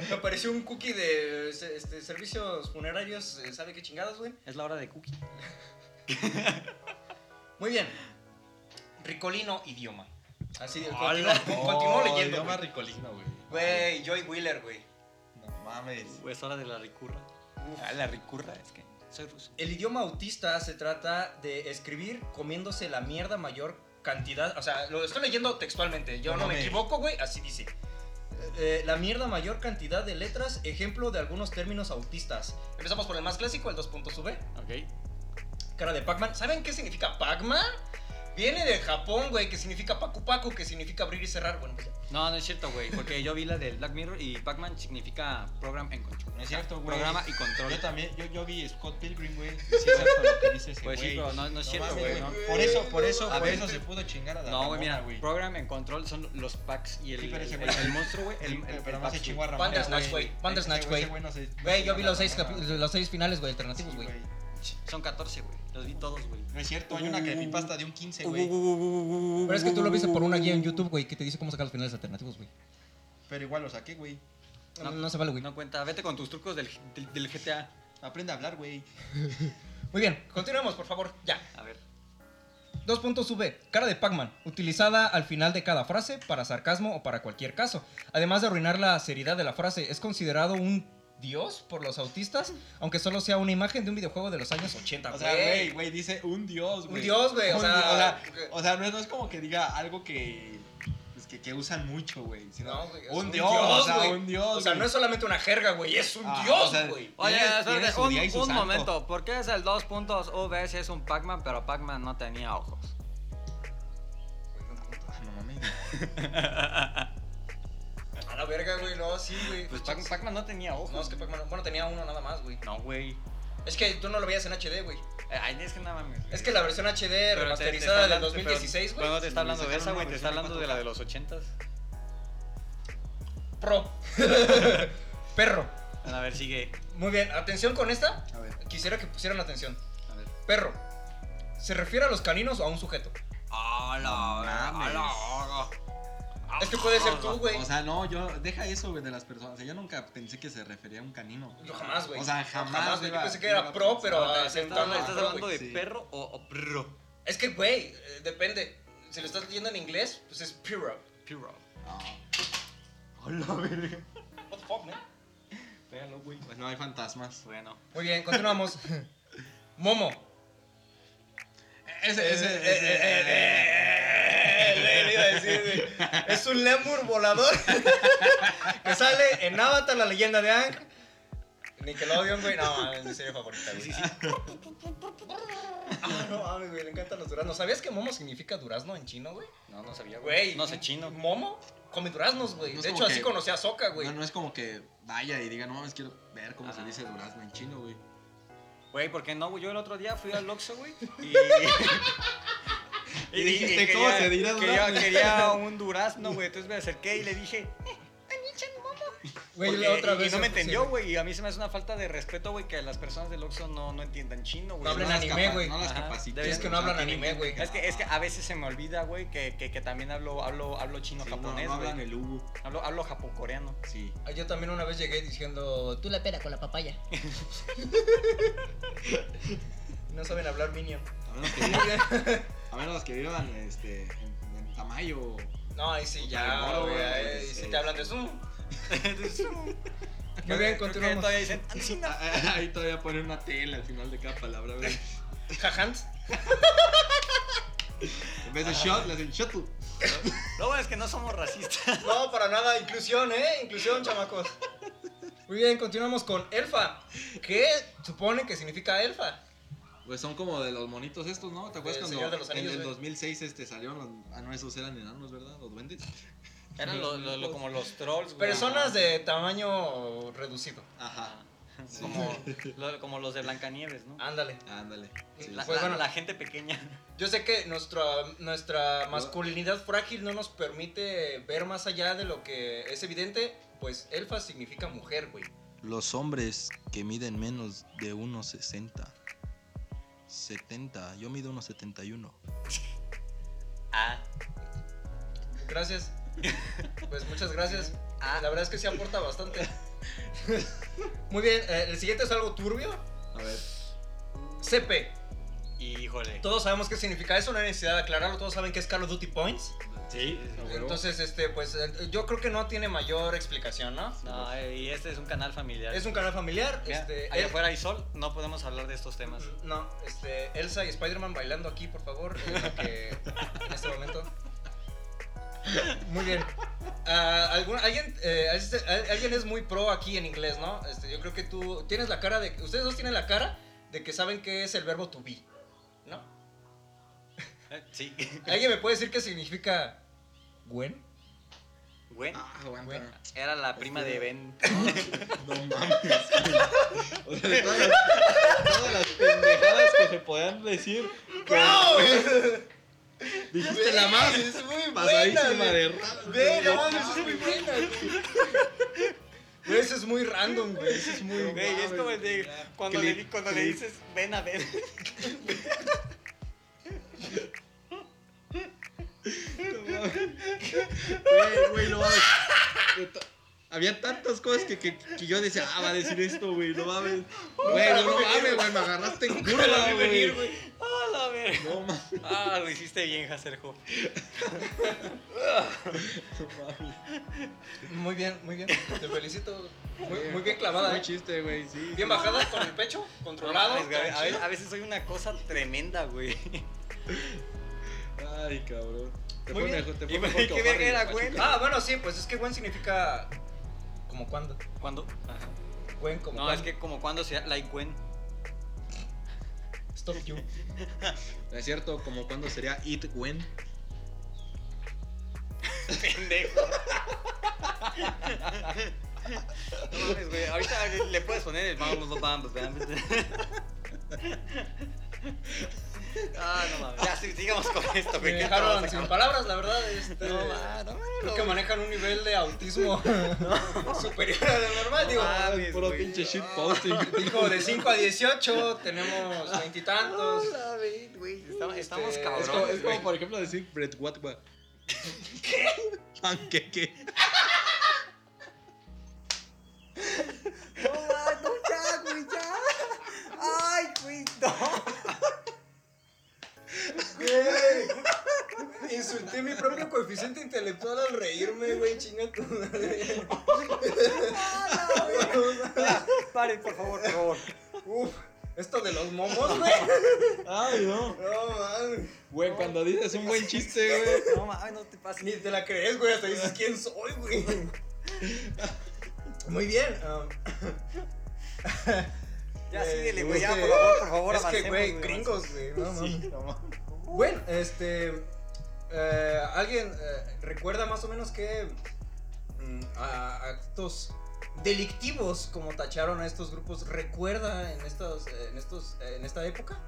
S1: Me apareció un cookie de este, este, servicios funerarios, eh, sabe qué chingadas, güey.
S2: Es la hora de cookie.
S1: Muy bien. Ricolino idioma. Así de
S3: Hola.
S1: continúo- continúo
S3: No,
S1: leyendo.
S3: Idioma
S1: güey.
S3: ricolino, güey.
S1: Güey, Joy Wheeler, güey.
S3: No mames.
S2: Es hora de la ricurra.
S1: Uf.
S2: Ah, la ricurra, es que soy ruso.
S1: El idioma autista se trata de escribir comiéndose la mierda mayor cantidad. O sea, lo estoy leyendo textualmente. Yo
S3: No
S1: no, me
S3: mames.
S1: equivoco, güey. Así dice. Eh, la mierda mayor cantidad de letras, ejemplo de algunos términos autistas. Empezamos por el más clásico, el 2.V.
S2: Ok.
S1: Cara de Pac-Man. ¿Saben qué significa Pac-Man? Viene de Japón, güey, que significa Paku Paku, que significa abrir y cerrar. Bueno, pues ya.
S2: No, no es cierto, güey. Porque yo vi la del Black Mirror y Pac-Man significa Program and Control.
S3: No es cierto, güey.
S2: Programa y control.
S3: Yo también, yo, yo vi Scott Pilgrim, güey. Sí, es cierto lo que dice ese
S2: Pues sí,
S3: güey.
S2: pero no- no es cierto,
S3: mames,
S2: güey, no.
S3: Por eso, por eso,
S2: A
S3: por
S2: ver. este
S3: eso se pudo chingar a la
S2: No, güey,
S3: mamona,
S2: mira, Program and Control son los packs y el,
S3: Sí, pero ese
S2: el-
S3: güey-
S2: el monstruo, güey. El, el, el
S3: pero no
S2: pack,
S3: se
S2: güey.
S3: chingó a Ramón.
S1: Bandersnatch, güey. Bandersnatch, güey. Güey, yo vi los seis, capi- los seis finales, güey, alternativos, güey.
S2: Son 14, güey. Los vi todos, güey.
S3: No es cierto, hay una creepypasta de un 15, güey.
S1: Pero
S2: Pero
S1: es que tú lo viste por una guía en YouTube, güey, que te dice cómo sacar los finales alternativos, güey.
S3: Pero igual lo saqué, güey.
S1: No,
S2: No.
S1: no se vale, güey.
S2: No cuenta, vete con tus trucos del, del, del GTA.
S3: Aprende a hablar, güey.
S1: Muy bien, continuemos, por favor. Ya.
S2: A ver.
S1: Dos puntos V. Cara de Pac-Man. Utilizada al final de cada frase para sarcasmo o para cualquier caso. Además de arruinar la seriedad de la frase, es considerado un dios por los autistas, aunque solo sea una imagen de un videojuego de los años 80.
S3: O sea, güey, güey, dice un dios,
S1: Un
S3: güey.
S1: dios, güey. O
S3: Un
S1: sea,
S3: di- o sea, o sea, no, es, no es como que diga algo que, pues, que, que usan mucho, güey. sino
S1: No, güey, es
S3: un,
S1: un
S3: dios,
S1: dios,
S3: o sea,
S1: güey.
S3: un dios.
S1: o sea,
S3: güey.
S1: no es solamente una jerga, güey. Es un
S3: Ah, o sea,
S1: dios, güey.
S2: Oye,
S3: Tiene-
S2: espérate,
S3: tiene su
S2: un,
S3: día y su
S2: un
S3: santo.
S2: momento. ¿Por qué es el 2.V si es un Pac-Man, pero Pac-Man no tenía ojos?
S3: Ah, no mames.
S1: A la verga, güey. No, sí, güey.
S2: Pues Pac- Pac-Man no tenía
S1: No, es
S2: ojos.
S1: que Pac-Man. Bueno, tenía uno nada más, güey.
S2: No, güey.
S1: Es que tú no lo veías en HD, güey.
S2: Eh, Ay, es que nada mames.
S1: Es que la versión HD
S2: Pero te- te
S1: remasterizada
S2: está
S1: del
S2: hablando-
S1: 2016,
S2: pero-
S1: güey.
S2: Bueno, te está
S3: Sí,
S2: hablando de
S3: sacaron
S2: esa,
S3: una
S2: güey. Te está
S3: versión
S2: hablando de la de los 80s.
S1: Pro. Perro.
S2: A ver, sigue.
S1: Muy bien, atención con esta.
S3: A ver,
S1: Quisiera que pusieran atención.
S3: a ver.
S1: Perro. ¿Se refiere a los caninos o a un sujeto?
S2: A
S3: mames.
S1: Es que puede
S2: Ah,
S1: ser tú, güey.
S3: O sea, Ah, no, yo, deja eso, güey, de las personas. O sea, yo nunca pensé que se refería a un canino.
S1: Yo jamás, güey.
S3: O sea, jamás,
S1: güey. Yo
S3: iba-
S1: pensé que
S3: iba
S1: era
S3: a
S1: pro,
S3: pensar.
S1: pero
S2: No, ¿Estás
S1: acentuado
S2: hablando,
S1: a
S2: estás
S1: pro,
S2: hablando
S1: güey.
S2: de
S3: güey, sí.
S2: perro o, o perro?
S1: Es que, güey, eh, depende. Si lo estás leyendo en inglés, pues es pure.
S2: Perro.
S1: Ah.
S3: No. Hola, verga.
S1: What the fuck, man?
S3: Pégalo, güey. Pues no hay fantasmas.
S2: Bueno.
S1: Muy bien, continuamos. Momo.
S3: Ese, ese,
S1: Eh, eh, eh, eh, eh, eh, le iba a decir, güey. Es un lemur volador que sale en Avatar, la leyenda de Ang. Nickelodeon, güey. No, es mi serie favorita, güey. Ah, no, mames, güey. Le encantan los duraznos. ¿Sabías que momo significa durazno en chino, güey?
S2: No, no sabía,
S1: Güey.
S2: No sé chino.
S1: Momo come duraznos, güey.
S3: No es
S1: de hecho,
S3: como
S1: así
S3: que-
S1: conocí a Soca, güey.
S3: No, no es como que vaya y diga, no mames, quiero ver cómo se
S2: Ajá.
S3: dice durazno en chino, güey.
S2: Güey, ¿por qué no? güey? Yo el otro día fui al Oxxo, güey. Y...
S3: Y dijiste, ¿cómo se dirá
S2: quería,
S3: durazno?
S2: quería un durazno, güey. Entonces me acerqué y le dije...
S1: Güey,
S2: porque-
S1: la otra
S2: y-
S1: vez
S2: y no me
S1: yo- sí,
S2: entendió, güey. Y a mí se me hace una falta de respeto, güey, que las personas del Oxxo no, no entiendan chino, güey.
S1: No hablan
S3: las
S1: anime,
S3: capa-
S1: güey.
S3: No las
S2: Ajá.
S3: capacitas.
S2: Es que
S1: no hablan anime, güey.
S2: Es que, es que a veces se me olvida, güey, que, que, que también hablo, hablo, hablo chino japonés,
S3: no,
S2: güey.
S3: hablan el ubu.
S2: hablo, hablo japocoreano.
S3: Sí.
S1: Ah, Yo también una vez llegué diciendo, tú la pera con la papaya. no saben hablar minion.
S3: A menos que, a menos que vivan este, en, en Tamayo.
S1: No, ahí sí,
S3: Vale,
S1: ya,
S3: moro,
S1: güey.
S3: güey,
S1: ahí
S3: sí,
S1: sí
S3: sí.
S1: te hablan de Zoom. Muy
S2: Creo
S1: bien,
S2: que- creo que
S1: continuamos.
S2: Todavía dicen, "Ah, "Ancina".
S3: Ahí todavía ponen una tela al final de cada palabra, güey.
S1: Jajans.
S3: En vez de shot, le hacen shuttle.
S2: Lo bueno es que no somos racistas.
S1: No, para nada, inclusión, ¿eh? Inclusión, chamacos. Muy bien, continuamos con elfa. ¿Qué supone que significa elfa?
S3: Pues son como de los monitos estos, ¿no? ¿Te acuerdas
S1: Del
S3: cuando
S1: Señor de los Anillos,
S3: en el
S1: güey.
S3: 2006 este, salieron los... Ah, no, esos eran enanos, ¿verdad? Los duendes.
S2: Eran lo- lo- lo- como los trolls, güey.
S1: Personas de tamaño reducido.
S3: Ajá. Sí.
S2: Como, lo- como los de Blancanieves, ¿no?
S1: Ándale.
S3: Ándale. Sí.
S2: la,
S1: Pues
S2: la-
S1: bueno.
S2: la gente pequeña.
S1: Yo sé que nuestra, nuestra masculinidad frágil no nos permite ver más allá de lo que es evidente, pues elfa significa mujer, güey.
S6: Los hombres que miden menos de 1,60. 70. Yo mido 1,71.
S2: Ah,
S1: Gracias. Pues muchas gracias.
S2: ah,
S1: La verdad es que sí aporta bastante. Muy bien, eh, el siguiente es algo turbio.
S3: A ver.
S1: CP.
S2: híjole.
S1: Todos sabemos qué significa eso, no hay necesidad de aclararlo. Todos saben que es Call of Duty Points.
S3: Sí.
S2: Ah,
S1: Entonces, este, pues eh, yo creo que no tiene mayor explicación, ¿no?
S2: No, eh, y este es un canal familiar.
S1: Es un canal familiar.
S2: Mira,
S1: Este,
S2: allá
S1: el-
S2: afuera hay sol, no podemos hablar de estos temas.
S1: No, este, Elsa y Spider-Man bailando aquí, por favor, en, lo que- en este momento. Muy bien. Ah, ¿algún- alguien, eh, este- al- alguien es muy pro aquí en inglés, ¿no? Este, yo creo que tú tienes la cara de... Ustedes dos tienen la cara de que saben qué es el verbo to be, ¿no?
S2: Eh, Sí.
S1: ¿Alguien me puede decir qué significa Gwen?
S2: Gwen
S3: Ah, aguanta.
S1: Bueno.
S2: era la prima
S3: que-
S2: de Ben.
S3: No mames. güey. O sea, de todas las, todas las pendejadas que se podían decir. Dijiste la más
S1: es muy
S3: pasadísima
S1: güey.
S3: de rap.
S1: Ve, no mames, es muy buena, güey. Güey, eso es muy random, güey. Eso es muy...
S2: Güey, es como el de cuando,
S3: Clip,
S2: le, di- cuando le
S3: clip.
S2: dices ven a Ben.
S3: Güey, güey, no mames. De to- Había tantas cosas que, que, que yo decía, ah, va a decir esto, güey, no mames. Güey, no, no mames, güey, me agarraste en curva, güey.
S2: A Ah, la ver.
S3: No mames.
S2: Ah, lo hiciste bien, Hacerjo.
S1: Muy bien, muy bien. Te felicito. Muy,
S3: Güey,
S1: muy bien clavada,
S3: Buen
S1: ¿eh?
S3: chiste, güey, sí.
S1: Bien bajada con el pecho, controlado.
S2: A veces- a veces-
S1: tranquilo.
S2: a veces soy una cosa tremenda, güey.
S3: Ay, cabrón. Te
S1: Muy
S3: fue
S1: bien.
S3: mejor, te
S2: Y
S3: fue
S2: me-
S3: mejor
S2: ¿qué verga
S3: O'Farrell,
S2: era,
S3: Pachuca.
S2: güey?
S1: Ah, bueno, sí, pues es que buen significa. ¿Como cuándo?
S2: ¿Cuándo?
S1: Buen, como
S2: No,
S1: cuándo.
S2: es que como cuando sea like when.
S1: Stop you.
S3: No Ah, Es cierto, como cuando sería It When.
S2: Pendejo. No mames, güey. Ahorita le puedes poner el vamos, vamos, vamos, vamos. Ah, no mames. Ya, sí, sigamos con esto,
S1: Me
S2: güey. ¿Qué
S1: dejaron
S2: estabas
S1: sin
S2: acabando?
S1: palabras, la verdad. Este,
S2: No, ma, no,
S1: creo que manejan un nivel de autismo superior al normal, digo.
S2: mames,
S3: Puro
S2: güey. Ah.
S3: pinche shit posting.
S1: Dijo de 5 a 18, tenemos veintitantos.
S2: Hola, güey, güey. Estamos, estamos
S1: Este,
S3: Es como, es
S2: cabrones,
S3: como,
S2: güey.
S3: por ejemplo, decir Brett Watwa. ¿Qué? Panqueque.
S2: No, ma, no, ya, güey, ya. Ay, güey, no.
S1: Güey, Insulté mi propio coeficiente intelectual al reírme, güey, chinga tu madre.
S2: Ya, Ah, paren, por favor, por favor.
S1: Uf, esto de los momos, güey.
S3: Ay,
S1: No,
S3: no.
S1: man.
S3: Güey, cuando dices un buen chiste, güey.
S2: No, mames, no te pases.
S1: Ni te la crees, güey, hasta dices quién soy, güey. Muy bien. um,
S2: Ya
S1: eh,
S2: síguele, güey, ya,
S1: este,
S2: por favor, por favor,
S1: Es que,
S2: avancemos,
S1: güey, gringos, güey, no mames. Bueno, este. eh, ¿Alguien eh, recuerda más o menos qué mm, a- actos delictivos como tacharon a estos grupos recuerda en estos, eh, en estos eh, en esta época?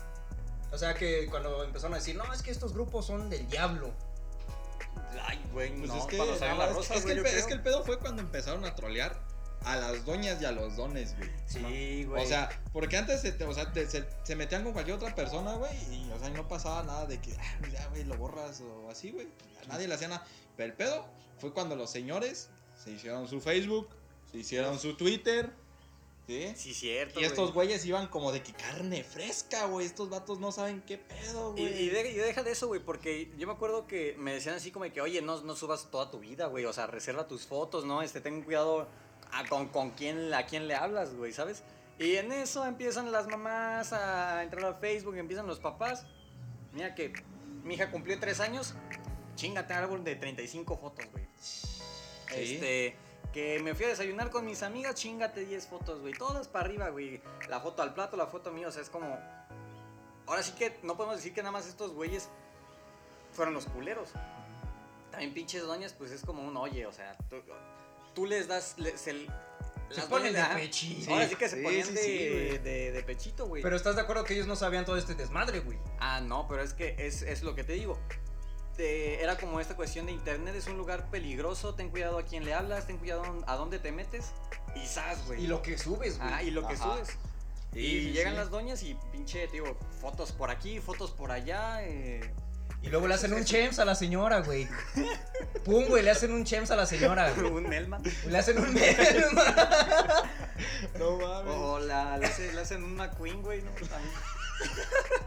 S1: O sea que cuando empezaron a decir, no, es que estos grupos son del diablo.
S2: avance. Ay, güey,
S3: Pues
S2: no,
S3: es que,
S2: cuando salió la
S3: es-
S2: rosa,
S3: es, que
S2: güey,
S3: el
S2: yo
S3: pe-
S2: creo.
S3: es que el pedo fue cuando empezaron a trolear a las doñas y a los dones, güey.
S2: Sí, güey.
S3: O sea, porque antes se, te- o sea, te- se, se metían con cualquier otra persona, güey, y o sea, no pasaba nada de que, ah, pues ya, güey, lo borras o así, güey. A nadie le hacía nada. Pero el pedo fue cuando los señores se hicieron su Facebook, se hicieron su Twitter, ¿sí?
S2: sí, cierto,
S3: Y estos güeyes iban como de que carne fresca, güey. Estos vatos no saben qué pedo,
S2: Y,
S3: güey.
S2: y de- y deja de eso, güey, porque yo me acuerdo que me decían así como de que, oye, no, no subas toda tu vida, güey, o sea, reserva tus fotos, ¿no? Este, ten cuidado a- con, con quién, a quién le hablas, güey, ¿sabes? Y en eso empiezan las mamás a entrar a Facebook, empiezan los papás. Mira que mi hija cumplió tres años, chingate árbol de 35 fotos, güey. Este, que me fui a desayunar con mis amigas, chingate 10 fotos, güey. Todas para arriba, güey. La foto al plato, la foto mía, o sea, es como. Ahora sí que no podemos decir que nada más estos güeyes fueron los culeros. También pinches doñas, pues es como un oye, o sea, tú, tú les das. le- se,
S1: Se
S2: las
S1: ponen de
S2: doñas, ah,
S1: pechín.
S2: Ahora sí que se
S3: Sí,
S2: ponían
S3: sí,
S2: de,
S3: sí, güey.
S2: de- de pechito, güey.
S1: Pero estás de acuerdo que ellos no sabían todo este desmadre, güey.
S2: Ah, no, pero es que es, es lo que te digo. Te- era como esta cuestión de internet, es un lugar peligroso, ten cuidado a quién le hablas, ten cuidado a dónde te metes y zas, güey.
S1: Y lo que subes, güey.
S2: Ah, y lo que
S3: Ajá.
S2: subes.
S3: Sí,
S2: y
S3: sí,
S2: llegan
S3: sí.
S2: las doñas y pinche, te digo, fotos por aquí, fotos por allá. eh,
S1: Y luego le hacen un chems a la señora, güey. Pum, güey, le hacen un chems a la señora. güey.
S2: un Melman.
S1: Le hacen un merma.
S3: No mames.
S2: O la, le, hace- le hacen un McQueen, güey, ¿no? También.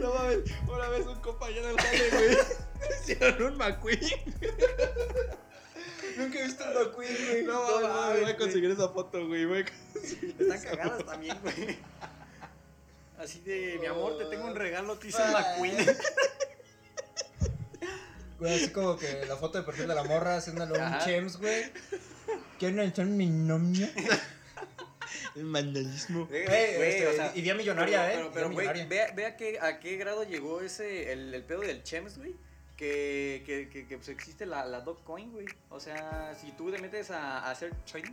S3: No mames. Una vez un compa allá en el jale, güey. Hicieron un McQueen.
S1: Nunca he visto un McQueen, güey.
S3: No
S2: No
S3: mames,
S2: mames,
S3: voy a conseguir esa foto, güey. Voy a
S2: Están cagadas también, güey. Así de, mi amor, te tengo un regalo, te hice un
S1: Ah.
S2: McQueen.
S1: Güey, así como que la foto de perfil de la morra haciéndole un
S2: Ajá.
S1: chems, güey. ¿Quieren echar mi nombre?
S3: El mandalismo.
S2: Güey, güey,
S1: este,
S2: o sea,
S1: idea millonaria, eh.
S2: pero- Pero,
S1: idea
S2: pero, güey,
S1: millonaria.
S2: vea, vea que, a qué grado llegó ese, el, el pedo del Chems, güey. Que, que, que, que, pues existe la, la Dogecoin, güey. O sea, si tú te metes a, a hacer trading,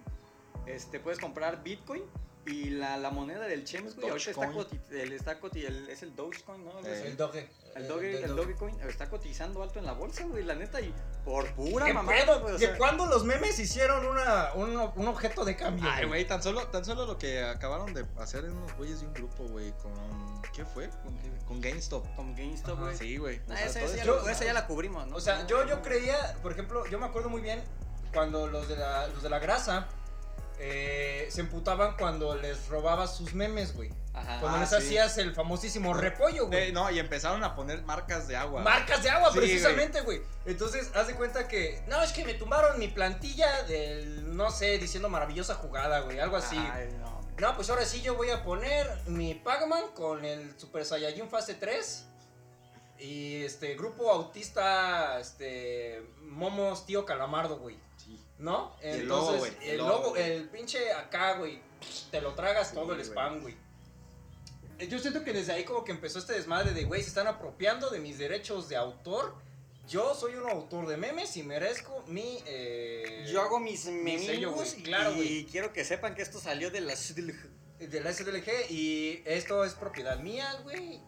S2: este, puedes comprar Bitcoin y la, la moneda del Chems, güey. Ahorita está,
S3: Dogecoin.
S2: coti- el, está coti- el- es el Dogecoin, ¿no? Algo
S3: Eh,
S2: así.
S1: el doge.
S2: El, Doge, el Dogecoin está cotizando alto en la bolsa, güey, la neta, y por pura
S1: ¿Qué
S2: mamada,
S1: pedo?
S2: güey. o
S1: ¿De
S2: sea,
S1: cuándo los memes hicieron una, un, un objeto de cambio?
S3: Ay, güey, tan solo, tan solo lo que acabaron de hacer en unos güeyes de un grupo, güey, con... ¿Qué fue? Con, con GameStop.
S2: Con GameStop,
S1: Ajá,
S2: güey.
S3: Sí, güey.
S2: Nah,
S3: O
S2: esa,
S3: sea, todo
S2: esa ya
S3: eso-
S2: la- esa ya la cubrimos, ¿no?
S1: Ah, O sea, yo, yo creía, por ejemplo, yo me acuerdo muy bien cuando los de la, los de la grasa eh, se emputaban cuando les robabas sus memes, güey.
S2: Ajá.
S1: Cuando
S3: Ah,
S1: les
S3: sí.
S1: hacías el famosísimo repollo, güey.
S3: Eh, no, y empezaron a poner marcas de agua.
S1: Marcas de agua,
S3: Sí,
S1: precisamente, güey. Entonces, haz de cuenta que. No, es que me tumbaron mi plantilla del. No sé, diciendo maravillosa jugada, güey. Algo así.
S2: Ah,
S3: Ay, no.
S1: No, pues ahora sí yo voy a poner mi Pac-Man con el Super Saiyajin Fase 3. Y este grupo autista, este. Momos Tío Calamardo, güey.
S3: Sí.
S1: ¿No?
S3: Y el logo,
S1: Entonces,
S3: güey,
S1: El
S3: el
S1: logo,
S3: logo,
S1: el pinche acá, güey. Te lo tragas
S3: Sí,
S1: todo el
S3: güey.
S1: spam, güey. Eh, Yo siento que desde ahí como que empezó este desmadre de, güey, se están apropiando de mis derechos de autor. Yo soy un autor de memes y merezco mi... eh,
S2: Yo hago mis
S1: sello, güey,
S2: memes
S1: claro, güey.
S2: y quiero que sepan que esto salió de la
S1: De la SDLG y esto es propiedad mía, güey.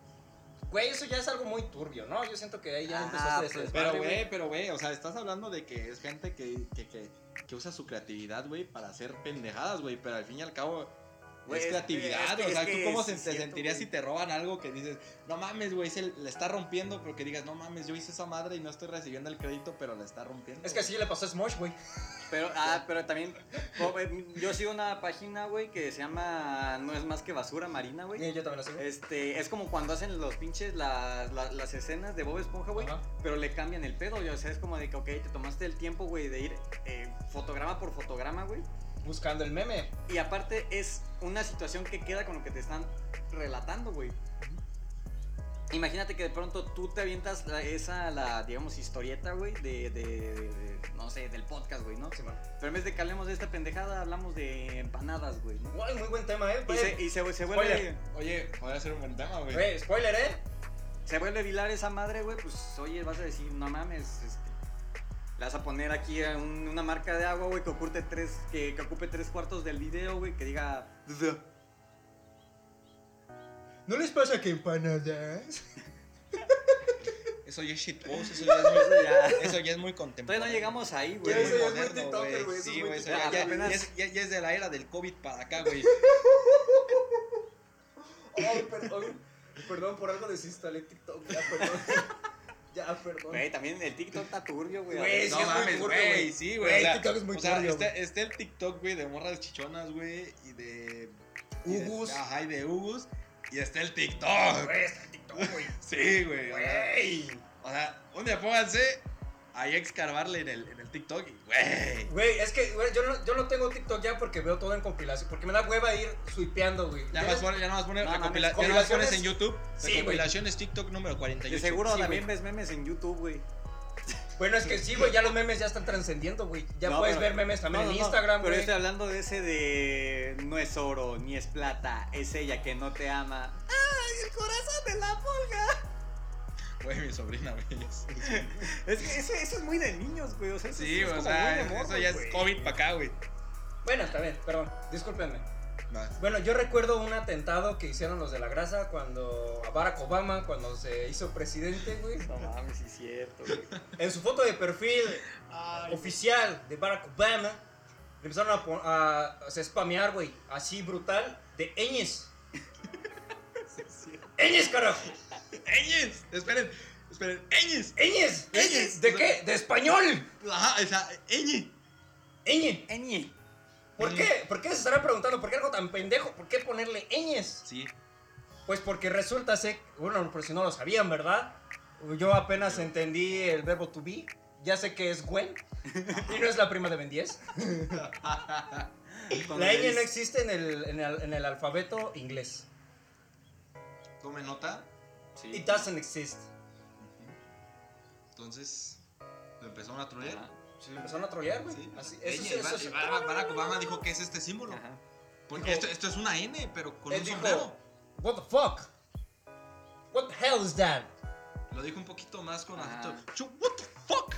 S1: Güey, eso ya es algo muy turbio, ¿no? Yo siento que ahí ya
S2: Ah,
S1: empezó este
S2: pues,
S1: desmadre,
S3: Pero, güey, pero, güey, o sea, estás hablando de que es gente que, que, que, que usa su creatividad, güey, para hacer pendejadas, güey, pero al fin y al cabo
S2: Güey,
S3: es
S2: es- es
S3: creatividad,
S2: que-
S3: o sea,
S2: es que
S3: ¿tú cómo
S2: sí
S3: se-
S2: es
S3: te
S2: cierto,
S3: sentirías
S2: güey.
S3: si te roban algo que dices, no mames, güey, se la está rompiendo, pero que digas, no mames, yo hice esa madre y no estoy recibiendo el crédito, pero la está rompiendo?
S1: Es que así le pasó a Smosh, güey.
S2: Pero, ah, pero también, oh, eh, yo sigo una página, güey, que se llama No es más que basura marina, güey.
S1: Eh, Yo también lo sigo.
S2: Este, es como cuando hacen los pinches, las, las, las escenas de Bob Esponja, güey,
S1: Ajá.
S2: pero le cambian el pedo, güey. O sea, es como de que, ok, te tomaste el tiempo, güey, de ir eh, fotograma por fotograma, güey.
S1: Buscando el meme.
S2: Y aparte es una situación que queda con lo que te están relatando, güey. Imagínate que de pronto tú te avientas la- esa, la, digamos, historieta, güey, de, de- de- no sé, del podcast, güey, ¿no?
S1: Simón.
S2: Pero en vez de que hablemos de esta pendejada, hablamos de empanadas, güey, ¿no?
S1: Güey, muy buen tema, ¿eh?
S2: Y
S1: güey.
S2: se, y se, se vuelve,
S1: Spoiler.
S3: Oye, podría ser un buen tema, güey.
S1: Güey, spoiler, ¿eh?
S2: se vuelve vilar esa madre, güey, pues, oye, vas a decir, no mames, este, le vas a poner aquí a un- una marca de agua, güey, que ocupe tres, que, que ocupe tres cuartos del video, güey, que diga,
S1: ¿No les pasa que empanadas?
S3: Eso ya es shitpost, eso ya es muy,
S2: "Eso ya".
S3: eso ya es muy contemporáneo.
S2: Todavía no llegamos ahí, güey.
S1: Ya, eso ya es muy
S3: moderno,
S1: TikToker,
S3: güey.
S1: güey, eso es
S3: Sí,
S1: muy
S3: güey, eso
S2: TikToker.
S3: ya, ya-
S2: Apenas-
S3: ya es- ya- ya es de la era del COVID para acá, güey.
S1: Ay, perdón. Perdón, por algo desinstalé TikTok. Ya, perdón. Ya, perdón.
S2: Güey, también el TikTok está turbio, güey.
S1: Güey, sí
S2: A ver,
S3: no
S1: es muy
S3: mames,
S1: turbio, güey.
S3: güey, sí, güey.
S1: Güey,
S3: o sea,
S1: TikTok es muy
S3: o sea,
S1: turbio,
S3: está,
S1: güey.
S3: está el TikTok, güey, de morras chichonas, güey, y de... y de-
S1: Ugus.
S3: Ajá, y de Ugus. Y está el TikTok.
S1: Güey, está en TikTok, güey.
S3: Sí, güey. O sea,
S1: Güey.
S3: o sea, un día pónganse ahí a excavarle en el, en el TikTok y, güey.
S1: Güey, es que güey, yo, no, yo no tengo TikTok ya porque veo todo en compilación. Porque me da hueva ir swipeando, güey.
S3: Ya
S1: ¿Tienes?
S3: más pones, ya más pones,
S2: No, mames,
S3: recompila- ya nomás pones
S1: compilaciones-
S3: en YouTube.
S1: Sí, güey.
S3: Recopilaciones TikTok número
S2: De
S3: 48.
S2: seguro
S1: Sí,
S2: también ves memes en YouTube, güey.
S1: Bueno, es que sí, güey, ya los memes ya están trascendiendo, güey. Ya
S2: No,
S1: puedes
S2: pero-
S1: ver memes también
S2: No,
S1: en
S2: no, no,
S1: Instagram,
S2: Pero este-
S1: güey.
S2: yo estoy hablando de ese de. No es oro, ni es plata. Es ella que no te ama. ¡Ay, el corazón de la polga!
S3: Güey, mi sobrina, güey.
S2: Es que eso, eso es muy de niños, güey. O sea, eso
S3: Sí,
S2: es, es
S3: o
S2: como
S3: sea,
S2: muy de morros,
S3: eso ya es
S2: güey.
S3: COVID para acá, güey.
S1: Bueno, está bien, perdón. Discúlpenme.
S3: No, es-
S1: Bueno, yo recuerdo un atentado que hicieron los de la grasa cuando a Barack Obama, cuando se hizo presidente, güey.
S2: No mames, sí es cierto, güey.
S1: En su foto de perfil oficial de Barack Obama, le empezaron a, pon- a- a- se spamear, güey, así brutal, de Eñes. Eñes, carajo.
S3: ¡Eñes! Esperen, esperen. ¡Eñes!
S1: Eñes.
S3: Eñes.
S1: ¿De qué? De español.
S3: Ajá, o sea, ¡Eñe!
S1: Eñe.
S2: Eñe.
S1: ¿Por qué? ¿Por qué se estará preguntando? ¿Por qué algo tan pendejo? ¿Por qué ponerle Eñes?
S3: Sí,
S1: Pues porque resulta ser, bueno, por si no lo sabían, ¿verdad? Yo apenas entendí el verbo to be. Ya sé que es Gwen y no es la prima de Ben 10.
S2: Cuando
S1: La
S2: le
S1: ñ no
S2: dices-
S1: existe en el, en el- en el alfabeto inglés.
S4: Tome nota.
S2: Sí.
S1: It doesn't exist.
S4: Entonces, lo empezaron a trolear.
S2: Ajá,
S1: Se lo empezaron a trolear, güey.
S4: Sí.
S1: Así,
S4: Ey,
S1: eso sí,
S4: el
S1: eso
S4: Bar-
S1: sí.
S4: el Bar- Barack Obama dijo que es este símbolo.
S2: ajá.
S4: Porque
S1: Dijo-
S4: esto, esto es una N, pero con
S1: Él
S4: un
S1: dijo,
S4: sombrero.
S1: What the fuck? What the hell is that?
S4: Lo dijo un poquito más con
S2: Ajá.
S4: acento. "Chu, What the fuck?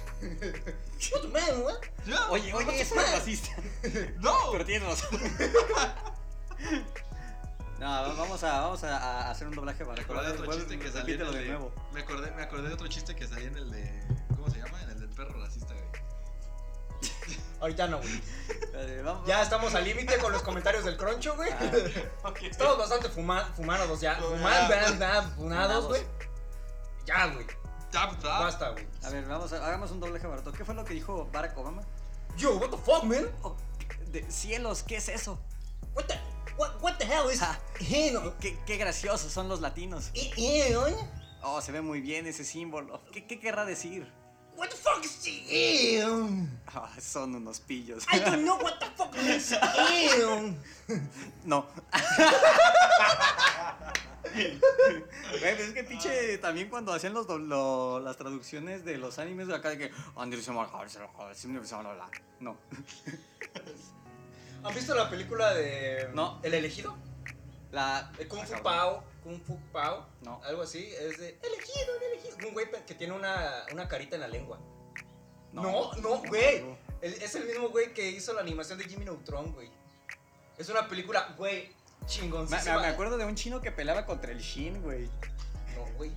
S1: What the man, what?
S4: Ya,
S2: Oye, oye, eso es racista.
S4: No.
S2: Pero tienes razón. No, va- vamos a, vamos a, a hacer un doblaje para
S4: Me acordé de otro chiste que salía en
S2: Repítelo
S4: el
S2: de
S4: de.
S2: nuevo.
S4: Me acordé, me acordé de otro chiste que salía en el de. ¿Cómo se llama? En el del perro racista, güey.
S1: Ahorita no, güey.
S2: Eh, Vamos.
S1: Ya estamos al límite con los comentarios del croncho, güey.
S2: Ah.
S1: Estamos bastante fuma- fumados ya.
S4: Fumados.
S1: Fumados, fumados, güey. Ya, güey.
S4: Tap, tap.
S1: Basta, güey.
S2: A ver, vamos a, hagamos un doblaje barato. ¿Qué fue lo que dijo Barack Obama?
S1: Yo, what the fuck, man?
S2: Oh, de- cielos, ¿qué es eso?
S1: What the, what, what the hell is
S2: Ah.
S1: Eon?
S2: Qué, qué graciosos son los latinos.
S1: E- Eon?
S2: Oh, se ve muy bien ese símbolo. ¿Qué, qué querrá decir?
S1: What the fuck is Eon?
S2: Ah, son unos pillos.
S1: I don't know what the fuck is Eon.
S2: No. Güey, pues es que pinche
S1: Ah.
S2: también cuando hacían los, dobl- lo- las traducciones de los animes de acá de que Andrew se marca, se marca, se marca, se marca". No.
S1: ¿Han visto la película de
S2: No.
S1: El elegido?
S2: La
S1: De Kung Fu
S2: Ah, cabrón.
S1: Pao, Kung Fu Pao,
S2: No.
S1: algo así, es de elegido, el elegido. Un güey pe- que tiene una, una carita en la lengua. No, no, güey. El- es el mismo güey que hizo la animación de Jimmy Neutron, güey. Es una película, güey,
S2: Me,
S1: chingoncísima.
S2: me- me acuerdo de un chino que peleaba contra el Shin, güey.
S1: No, güey.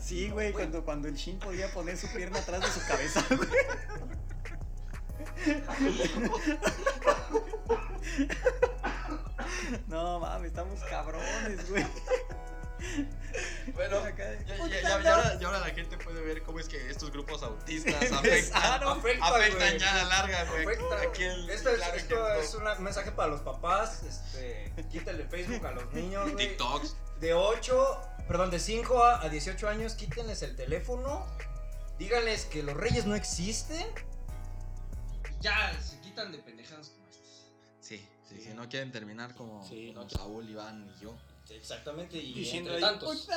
S2: Sí,
S1: güey.
S2: güey, cuando, cuando el Shin podía poner su pierna atrás de su cabeza, güey. No mames, estamos cabrones, güey.
S4: Bueno,
S2: Acá de-
S4: ya, ya- ya- ya ahora, ya ahora la gente puede ver cómo es que estos grupos autistas afectan,
S2: Empezaron.
S1: Afecta,
S4: afectan
S1: güey.
S4: ya a la larga, güey.
S1: Perfecta.
S4: Aquí el-
S1: esto es,
S4: claro
S1: esto
S4: ejemplo.
S1: es una- un mensaje para los papás. Este, quítale Facebook a los niños. güey.
S4: TikToks.
S1: De 8, perdón, de 5 a a 18 años, quítenles el teléfono. Díganles que los reyes no existen.
S4: Ya, se quitan de pendejadas como estas.
S6: Sí, sí, si no quieren terminar como,
S2: Sí,
S6: como
S2: no
S6: Saúl, Iván y yo.
S1: Exactamente, y
S2: Diciendo
S1: entre
S2: ahí,
S1: tantos,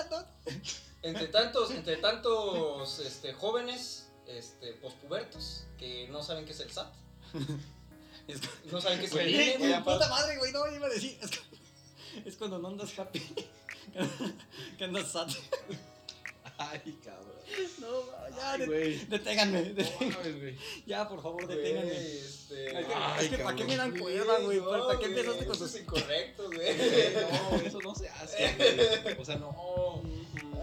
S1: entre tantos, entre tantos este, jóvenes este, pospubertos que no saben qué es el SAT,
S2: Es cu-
S1: no saben qué es el
S2: Güey,
S1: INE,
S2: güey,
S1: güey.
S2: puta madre, güey, no iba a decir. Es, cu- es cuando no andas happy. que andas sad.
S3: Ay, cabrón.
S2: No, ma, ya,
S3: Ay,
S2: de-
S3: güey.
S2: deténganme.
S3: No
S2: deté-
S3: mames, güey.
S2: Ya, por favor,
S1: Güey,
S2: deténganme.
S1: este,
S2: Es que,
S3: Ay,
S2: ¿para qué
S3: cabrón.
S2: me dan cuerda, güey? ¿Para, para qué
S1: no,
S2: empezaste
S1: güey,
S2: con
S1: eso
S2: sus
S1: es incorrecto,
S3: Güey,
S1: güey.
S3: No, eso no se hace, güey. O sea, no.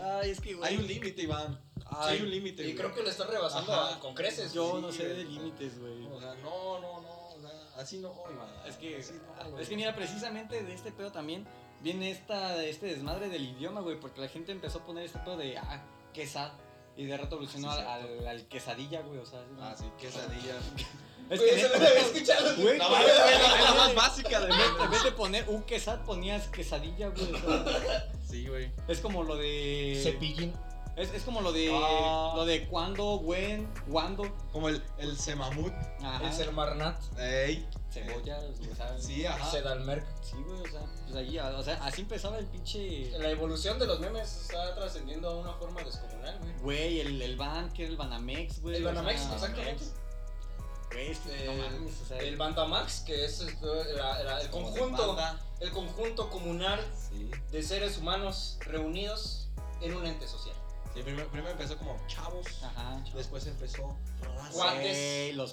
S2: Ay, es que, güey.
S3: Hay un límite, Iván.
S2: Ay,
S3: Hay un límite,
S1: Y
S3: güey.
S1: creo que lo estás rebasando
S3: Ajá.
S1: a- con creces.
S2: Yo
S1: güey.
S2: no sé de
S3: güey.
S2: límites, güey.
S3: O sea, no, no, no. O sea, así no, Iván.
S2: Ah, Es que,
S3: Así no, güey.
S2: es que mira, precisamente de este pedo también viene esta, este desmadre del idioma, güey, porque la gente empezó a poner este pedo de, ah, quesad, y de rato evolucionó
S3: Ah, sí,
S2: al, al, al quesadilla, güey, o sea, es,
S3: Ah, sí, quesadilla.
S2: es
S1: Güey,
S2: que
S1: eso no
S2: neta,
S1: lo había escuchado.
S2: güey,
S3: La
S2: no,
S3: más,
S2: güey,
S3: la-
S2: güey,
S3: la más
S2: güey.
S3: básica de
S2: en vez de poner un quesad ponías quesadilla, güey, o sea,
S3: Sí, güey.
S2: es como lo
S1: Eh.
S2: de...
S1: Cepillín.
S2: Es, es como lo de,
S3: Ah.
S2: lo de cuando, when, cuando,
S3: Como el, el semamut.
S2: ajá,
S1: El Sermarnat.
S3: Ey.
S2: cebolla, o sea, sí,
S3: Sí, ajá.
S1: Sedalmerc.
S2: güey, o sea, pues ahí, o sea, así empezaba el pinche...
S1: La evolución de los memes está trascendiendo a una forma descomunal, güey.
S2: Güey, el, el Banker, el Banamex, güey.
S1: El
S2: o
S1: Banamex,
S2: sea,
S1: exactamente.
S2: Güey, es que no
S1: El-
S2: mames, o sea.
S1: El Bandamax, que es este, la- la- el conjunto, el conjunto comunal
S3: Sí.
S1: de seres humanos reunidos en un ente social.
S3: Sí, primero, primero empezó como chavos.
S2: Ajá.
S3: Después empezó. raza.
S1: Guau.
S2: Güey, los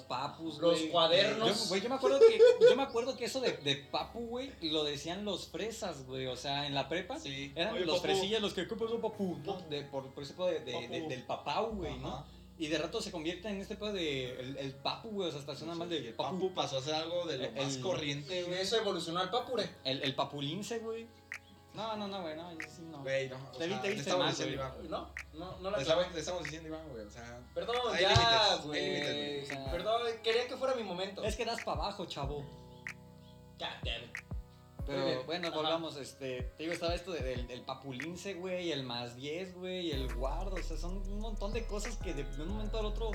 S1: Los
S2: papus, Pues, güey.
S1: cuadernos.
S2: Yo, güey, yo me acuerdo que, yo me acuerdo que eso de, de papu, güey, lo decían los fresas, güey. O sea, en la prepa
S3: Sí.
S2: eran
S3: Oye,
S2: los
S3: papu.
S2: fresillas los que, ¿qué pasó, papu?
S3: Papu.
S2: De- por, por ese pedo de, de-
S3: Papu.
S2: de- del papau, güey, ¿no?
S3: Ajá.
S2: Y de rato se convierte en este pedo de el, el papu, güey. O sea, hasta suena mal
S3: Y
S2: de
S3: el
S2: papu.
S3: papu pasó a ser algo de lo
S2: El-
S3: más
S2: el-
S3: corriente,
S1: Y
S3: güey.
S1: eso evolucionó al papure.
S2: El, el papulince, güey. No, no, no, güey, no, yo sí, no.
S3: Güey, no. o
S2: Te vi-
S3: sea,
S2: te
S3: le
S2: viste
S3: estamos
S2: mal,
S3: diciendo
S2: güey.
S3: Iván, güey.
S1: No, no, no
S3: Le
S1: la
S2: Pues,
S3: estamos,
S1: clave.
S3: le estamos diciendo Iván, güey. O sea,
S1: Perdón,
S3: Hay límites,
S1: ya,
S3: hay
S1: güey.
S3: límites,
S2: güey. O sea-
S1: Perdón, quería que fuera mi momento.
S2: Es que das para abajo, chavo.
S1: Ya, ya.
S2: Pero
S1: Muy bien.
S2: bueno,
S1: Ajá.
S2: volvamos, este, te digo, estaba esto de- del, del papulince, güey, el más 10, güey, el guardo, o sea, son un montón de cosas que de, de un momento al otro,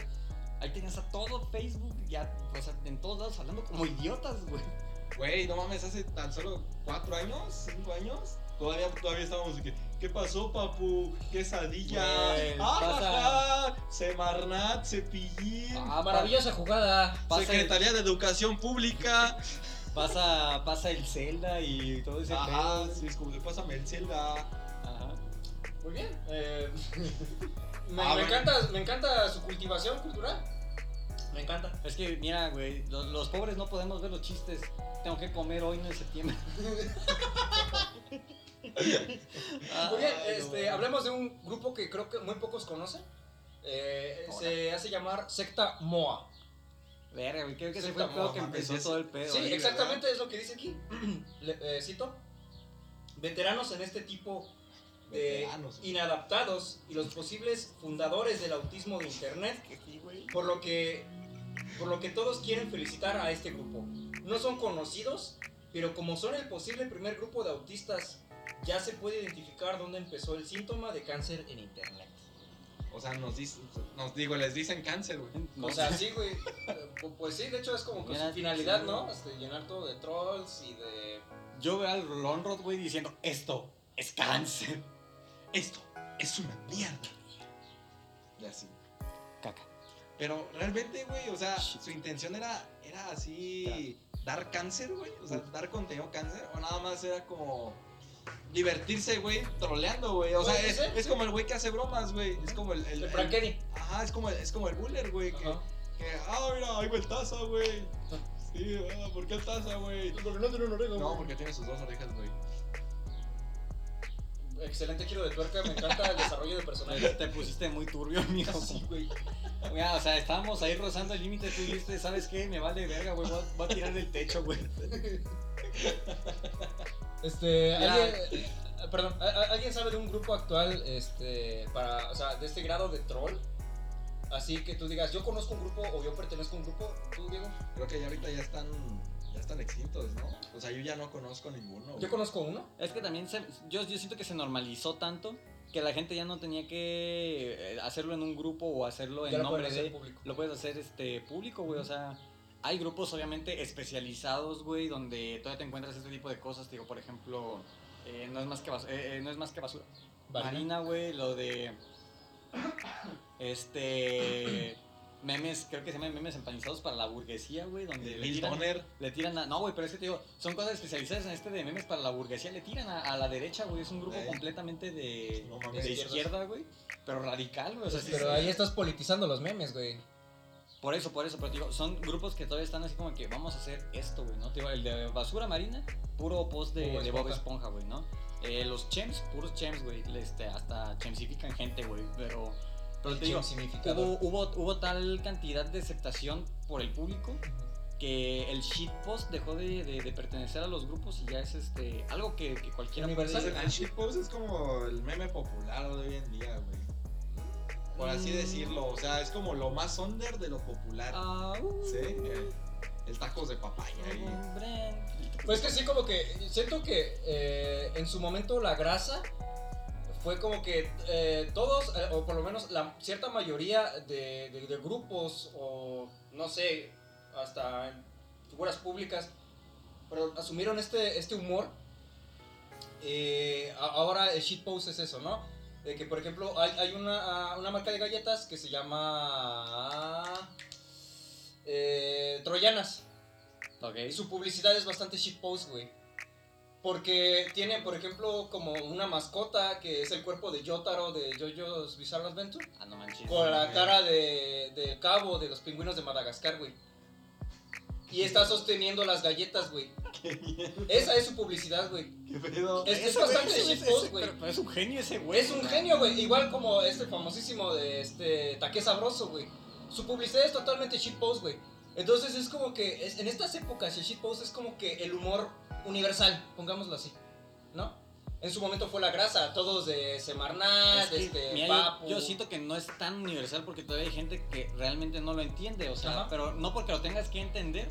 S2: ahí tenías a todo Facebook, ya, o sea, en todos lados hablando como idiotas, güey.
S3: güey, no mames, hace tan solo cuatro años, cinco años. Todavía, todavía estábamos de que, ¿qué pasó, papu? Quesadilla.
S2: Güey,
S3: Ajaja. Semarnat, cepillín.
S2: Ah,
S1: Ah, maravillosa jugada.
S2: Pasa, el-
S3: Secretaría de Educación Pública.
S2: pasa, pasa el Zelda y todo ese
S3: Ajá,
S2: pedo.
S3: sí, es como de pásame el Zelda.
S2: Ajá.
S1: Muy bien. eh, me,
S3: Ah,
S1: me
S3: bueno.
S1: encanta, me encanta su cultivación cultural. Me encanta.
S2: Es que, mira, güey, los, los pobres no podemos ver los chistes. Tengo que comer hoy, no en septiembre. Ah,
S1: Muy bien,
S3: no.
S1: este, hablemos de un grupo que creo que muy pocos conocen. Eh,
S2: Hola.
S1: se hace llamar secta Moa.
S2: Verga, güey, creo que
S1: Sí,
S2: ese fue el
S1: está-
S2: pedo
S3: no
S2: que
S3: mames,
S2: empezó
S3: ese-
S2: todo el pedo. ¿eh?
S1: Sí,
S2: güey.
S3: Eh, horrible,
S1: exactamente es lo que dice aquí. Le- eh, cito. Veteranos en este tipo de
S3: Veteranos, ¿eh? güey.
S1: inadaptados y los posibles fundadores del autismo de internet,
S2: Que sí, güey.
S1: por lo que por lo que todos quieren felicitar a este grupo. no son conocidos, pero como son el posible primer grupo de autistas, ya se puede identificar dónde empezó el síntoma de cáncer en internet.
S3: O sea, nos, dis- nos digo, les dicen cáncer, güey.
S1: O sea, sí, güey. Eh, pu- Pues sí, de hecho es como que su
S2: Mira,
S1: finalidad,
S2: sí.
S1: ¿no? Este, llenar todo de trolls y de.
S2: Yo veo al Lonrod, güey, diciendo, esto es cáncer.
S3: Esto es una mierda. Y así.
S2: Caca.
S3: Pero realmente, güey, o sea,
S2: Shit.
S3: su intención era, era así dar cáncer, güey. O sea, dar contenido cáncer. O nada más era como divertirse, güey, troleando, güey. O sea,
S1: Puede
S3: es,
S1: ser,
S3: es como el güey que hace bromas, güey. Es como el... el,
S1: de
S3: el-
S1: Frank Kenny.
S3: ajá, es como, el- es como el buller, güey. Que,
S1: Ajá.
S3: que, ah, mira, ahí va el taza, güey. Sí, ah, ¿por qué el taza, güey?
S1: Porque no tiene una oreja,
S3: No,
S1: güey.
S3: porque tiene sus dos orejas, güey.
S1: Excelente giro de tuerca, me encanta el desarrollo de personajes.
S2: Te pusiste muy turbio, amigo.
S1: Sí, güey.
S2: Mira, o sea, estábamos ahí rozando el límite, tú dijiste, ¿sabes qué? Me vale verga, güey, voy a- voy a tirar del techo, güey.
S1: Este,
S2: Ya.
S1: ¿alguien, eh, perdón, ¿a- a- ¿alguien sabe de un grupo actual este, para, o sea, de este grado de troll? Así que tú digas, yo conozco un grupo o yo pertenezco a un grupo, tú, Diego.
S3: Creo que ya ahorita ya están, ya están extintos, ¿no? O sea, yo ya no conozco ninguno. güey.
S1: Yo conozco uno.
S2: Es que también se- yo, yo siento que se normalizó tanto que la gente ya no tenía que eh, hacerlo en un grupo o hacerlo en
S1: Ya lo
S2: nombre
S1: puedes hacer
S2: de...
S1: público.
S2: Lo puedes hacer este público, güey, o sea... Hay grupos obviamente especializados, güey, donde todavía te encuentras este tipo de cosas. Te digo, por ejemplo, eh, no, es más que bas- eh, eh, no es más que basura.
S1: Vale.
S2: Marina, güey, lo de. Este. Memes, creo que se llaman memes empanizados para la burguesía, güey, donde le
S3: Bill
S2: tiran,
S3: Donner.
S2: le tiran a. No, güey, pero es que te digo, son cosas especializadas en este de memes para la burguesía, le tiran a, a la derecha, güey, es un grupo
S3: Ey.
S2: completamente de,
S3: No
S2: de
S3: mames.
S2: izquierda, güey, pero radical, güey, o sea, sí,
S1: Pero
S2: sí.
S1: ahí estás politizando los memes, güey.
S2: Por eso, por eso, pero te digo, son grupos que todavía están así como que vamos a hacer esto, güey, ¿no? Te digo, el de basura marina, puro post de,
S1: Bob
S2: de Bob
S1: Esponja.
S2: Esponja, güey, ¿no? Eh, los chems, puros chems, güey, este, hasta chemsifican gente, güey, pero, pero te digo,
S1: significado.
S2: hubo, hubo, hubo tal cantidad de aceptación por el público que el shitpost dejó de, de- de pertenecer a los grupos y ya es este algo que, que cualquiera puede
S1: Universal.
S2: hacer.
S3: El shitpost es como el meme popular de hoy en día, güey. Por así
S2: Mm.
S3: decirlo, o sea, es como lo más under de lo popular.
S2: Ah, uh,
S3: Sí, el, el tacos de papaya y...
S2: hombre.
S1: Pues que sí, como que siento que eh, en su momento la grasa fue como que eh, todos, eh, o por lo menos la cierta mayoría de, de- de grupos, o no sé, hasta en figuras públicas, pero asumieron este, este humor. Eh, a- ahora el shitpost es eso, ¿no? De que, por ejemplo, hay, hay una, una marca de galletas que se llama eh, Troyanas.
S2: Ok.
S1: Y su publicidad es bastante shitpost, güey. Porque tiene, por ejemplo, como una mascota que es el cuerpo de Yotaro de JoJo's Bizarre Adventure.
S2: Ah, no manches.
S1: Con la cara de, de cabo de los pingüinos de Madagascar, güey. Y está sosteniendo las galletas, güey. Esa es su publicidad, güey.
S3: ¿Qué pedo?
S1: Es, es
S2: Ese güey,
S1: bastante
S2: ese güey,
S1: shitpost,
S2: ese-
S1: güey.
S2: pero- pero es un genio ese güey.
S1: Pues Es un genio, güey. Igual como este famosísimo de este Taque Sabroso, güey. Su publicidad es totalmente shitpost, güey. Entonces es como que es- en estas épocas el shitpost es como que el humor universal, pongámoslo así, ¿no? En su momento fue la grasa, todos de Semarnat,
S2: Es que,
S1: este,
S2: mira, yo-
S1: Papu.
S2: yo, siento que no es tan universal porque todavía hay gente que realmente no lo entiende, o sea,
S1: Ajá.
S2: pero no porque lo tengas que entender,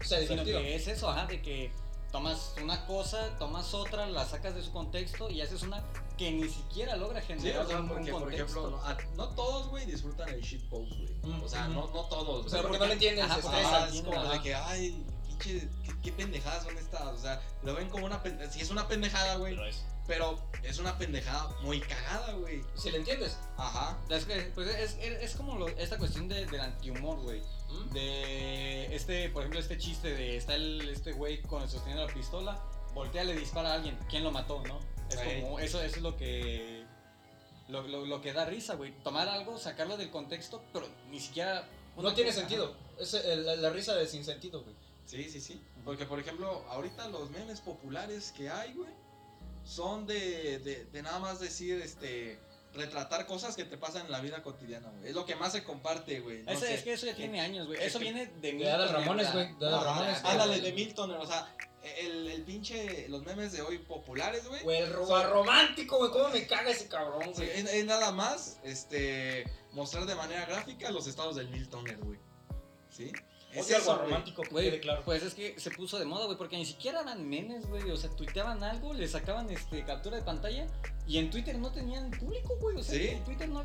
S1: o sea,
S2: sino
S1: divertido.
S2: que es eso, ajá, de que tomas una cosa, tomas otra, la sacas de su contexto y haces una que ni siquiera logra
S3: Sí,
S2: generar
S3: o sea,
S2: un, un
S3: porque, por
S2: contexto.
S3: ejemplo, a- no todos, güey, disfrutan el shitpost, güey. O sea,
S1: Ujú.
S3: no, no todos,
S1: Mm, O sea,
S3: güey.
S1: porque no le entienden,
S2: Ajá,
S1: se
S2: porque-
S1: estresan.
S3: Ajá, es como
S2: Ajá.
S3: de que, ay, pinche, qué, qué pendejadas son estas. O sea, lo ven como una pendejada. Sí, es una pendejada, güey.
S2: Pero es-
S3: Pero es una pendejada muy cagada, güey.
S1: Si le entiendes.
S3: Ajá.
S2: es que, pues, es, es- es como lo- esta cuestión de- del antihumor, güey.
S1: ¿Mm?
S2: De este, por ejemplo, este chiste de está el, este güey con sosteniendo la pistola, voltea, le dispara a alguien, ¿quién lo mató, no? Es
S3: Ey.
S2: como, eso, eso es lo que, lo, lo- lo que da risa, güey. Tomar algo, sacarlo del contexto, pero ni siquiera...
S1: No tiene
S2: Ajá.
S1: sentido. Es eh, la, la risa de sin sentido, güey.
S3: Sí, sí, sí. Porque, por ejemplo, ahorita los memes populares que hay, güey, son de, de, de nada más decir, este, retratar cosas que te pasan en la vida cotidiana, güey. Es lo que más se comparte, güey. No
S2: Ese-
S3: sé.
S2: es que eso ya tiene años, güey.
S3: Es
S2: Eso
S3: que-
S2: viene de
S1: De Adal
S2: Milton
S1: Ramones,
S2: Herrera.
S1: güey, de Adal
S2: No,
S1: Ramones,
S2: ah,
S3: Háblale
S1: güey.
S3: de Milton, o sea, el, el pinche, los memes de hoy populares, güey.
S1: Güey, el roba romántico, güey. ¿Cómo me caga ese cabrón,
S3: Sí,
S1: güey?
S3: es, es nada más este mostrar de manera gráfica los estados del Miltoner, güey. ¿Sí?
S1: Es
S3: eso,
S1: algo
S3: güey.
S1: romántico que
S2: Güey,
S1: quede claro.
S2: pues es que se puso de moda, güey, porque ni siquiera eran memes, güey. O sea, tuiteaban algo, le sacaban este, captura de pantalla y en Twitter no tenían público, güey. O sea,
S3: Sí.
S2: en Twitter no.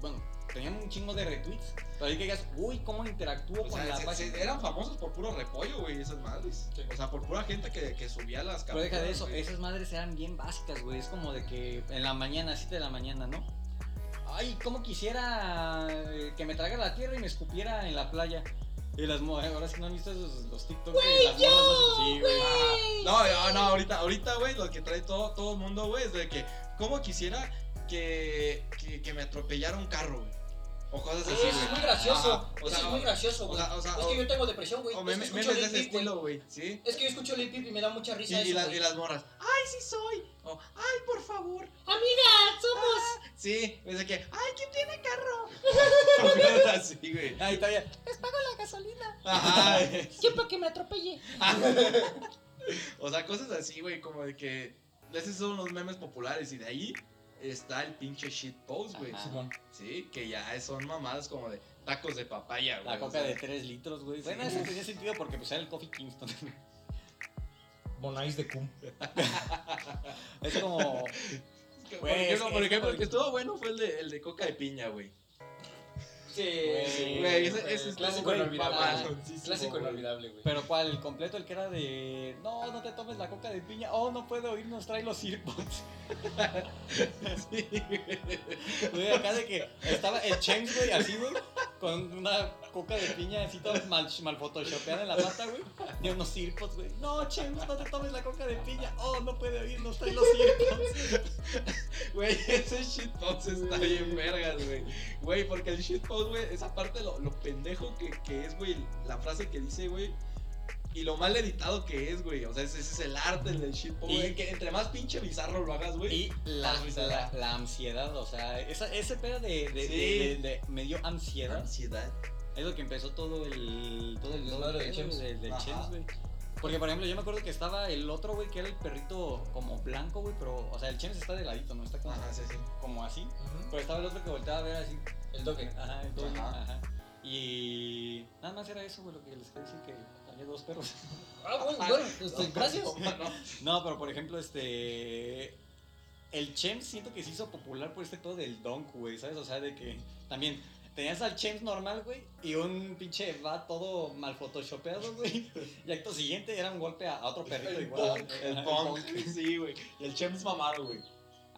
S2: Bueno, tenían un chingo de retweets. Pero ahí que digas, uy, cómo interactúo
S3: O
S2: con
S3: sea,
S2: la
S3: se-
S2: página.
S3: se- eran famosos por puro repollo, güey, esas madres.
S2: Sí.
S3: O sea, por pura gente que, que subía las
S2: Pero deja de
S3: capturas,
S2: eso,
S3: güey.
S2: esas madres eran bien básicas, güey. Es como de que en la mañana, 7 de la mañana, ¿no? Ay, cómo quisiera eh, que me tragara la tierra y me escupiera en la playa. Y las morras, ahora sí no han visto esos, los TikTok. Güey, las morras no se- sí, güey.
S3: No, Ah, no, no, ahorita, ahorita, güey, lo que trae todo, todo el mundo, güey, es de que, ¿cómo quisiera que, que, que me atropellara un carro, güey? O cosas así,
S7: Eso es muy
S3: güey.
S7: gracioso.
S3: Ajá, o
S7: Eso
S3: sea,
S7: es muy gracioso,
S3: o
S7: güey.
S3: sea, o sea,
S7: Es
S3: o-
S7: que yo tengo depresión, güey.
S3: O
S7: Es que
S3: memes,
S7: escucho
S3: memes de
S7: Lil
S3: ese
S7: Peep, güey.
S3: estilo, güey, ¿sí?
S7: Es que yo escucho Lil Peep y me da mucha
S3: Y,
S7: risa
S3: y,
S7: eso,
S3: las,
S7: güey.
S3: y las morras, ¡ay, sí soy! O, ¡ay, por favor! Ah,
S7: Amiga, somos.
S3: Sí, es de que, ¡ay, ¿quién tiene carro? O cosas así, güey.
S2: Ahí está bien.
S7: La gasolina.
S3: Ajá, güey.
S7: Siempre que me atropelle.
S3: O sea, cosas así, güey, como de que esos son los memes populares y de ahí está el pinche shit post, güey.
S2: Ajá.
S1: Simón.
S3: Sí, que ya son mamadas como de tacos de papaya, güey.
S2: La
S3: o
S2: coca
S3: sea.
S2: de 3 litros, güey. Bueno,
S3: Sí.
S2: eso tenía sentido porque pues era el Coffee Kingston.
S1: Bonais de cum.
S2: es como.
S3: Que, por
S2: Pues,
S3: ejemplo, por
S2: es
S3: ejemplo, el
S2: como-
S3: que estuvo bueno fue el de, el de coca de piña, güey.
S1: Sí,
S2: sí,
S3: Güey, ese, ese estuvo
S1: clásico
S3: güey,
S1: inolvidable.
S3: mamalosísimo,
S1: Clásico
S3: güey.
S1: inolvidable, güey.
S2: Pero cuál, el completo, el que era de. No, no te tomes la coca de piña. Oh, no puedo oír, nos trae los earpods.
S3: Sí, güey.
S2: Güey, acá de que estaba el Chems, güey, así, güey, con una coca de piña así toda mal, mal photoshopeada en la pata, güey, de unos circos, güey. No, Chems, no te tomes la coca de piña. Oh, no puede oír, nos trae los circos.
S3: Güey, ese shitpost está bien vergas, güey. Güey, porque el shitpost, güey, esa parte lo, lo pendejo que, que es, güey, la frase que dice, güey. Y lo mal editado que es, güey. O sea, ese, ese es el arte del shitpost,
S2: Y-
S3: güey. Que entre más pinche bizarro lo hagas, güey.
S2: Y la,
S3: Ah, risa,
S2: la, la ansiedad, o sea, esa, ese pedo de, de, de-
S3: Sí.
S2: de- de- me dio ansiedad.
S3: Ansiedad.
S2: Es lo que empezó todo el. Todo
S1: Desmadre
S2: el
S1: del
S2: todo el pedo
S1: Chems.
S2: del- del
S3: Ajá.
S2: Chems, güey. Porque, por ejemplo, yo me acuerdo que estaba el otro, güey, que era el perrito como blanco, güey, pero, o sea, el Chems está de ladito, no está como,
S3: Ajá, sí, sí.
S2: como así.
S1: Ujú.
S2: Pero estaba el otro que volteaba a ver así.
S1: El toque.
S2: Ajá, el doble,
S3: Ajá.
S2: Ajá. Y nada más era eso, güey, lo que les quería decir que había dos perros.
S1: Ah, bueno, bueno, este, gracias.
S2: No, pero por ejemplo, este. El Chems siento que se hizo popular por este todo del donk, güey, ¿sabes? O sea, de que también tenías al Chems normal, güey, y un pinche va todo mal photoshopeado, güey. Y acto siguiente era un golpe a, a otro perrito igual.
S3: Punk, el punk. Sí, güey. Y el Chems mamaro, güey.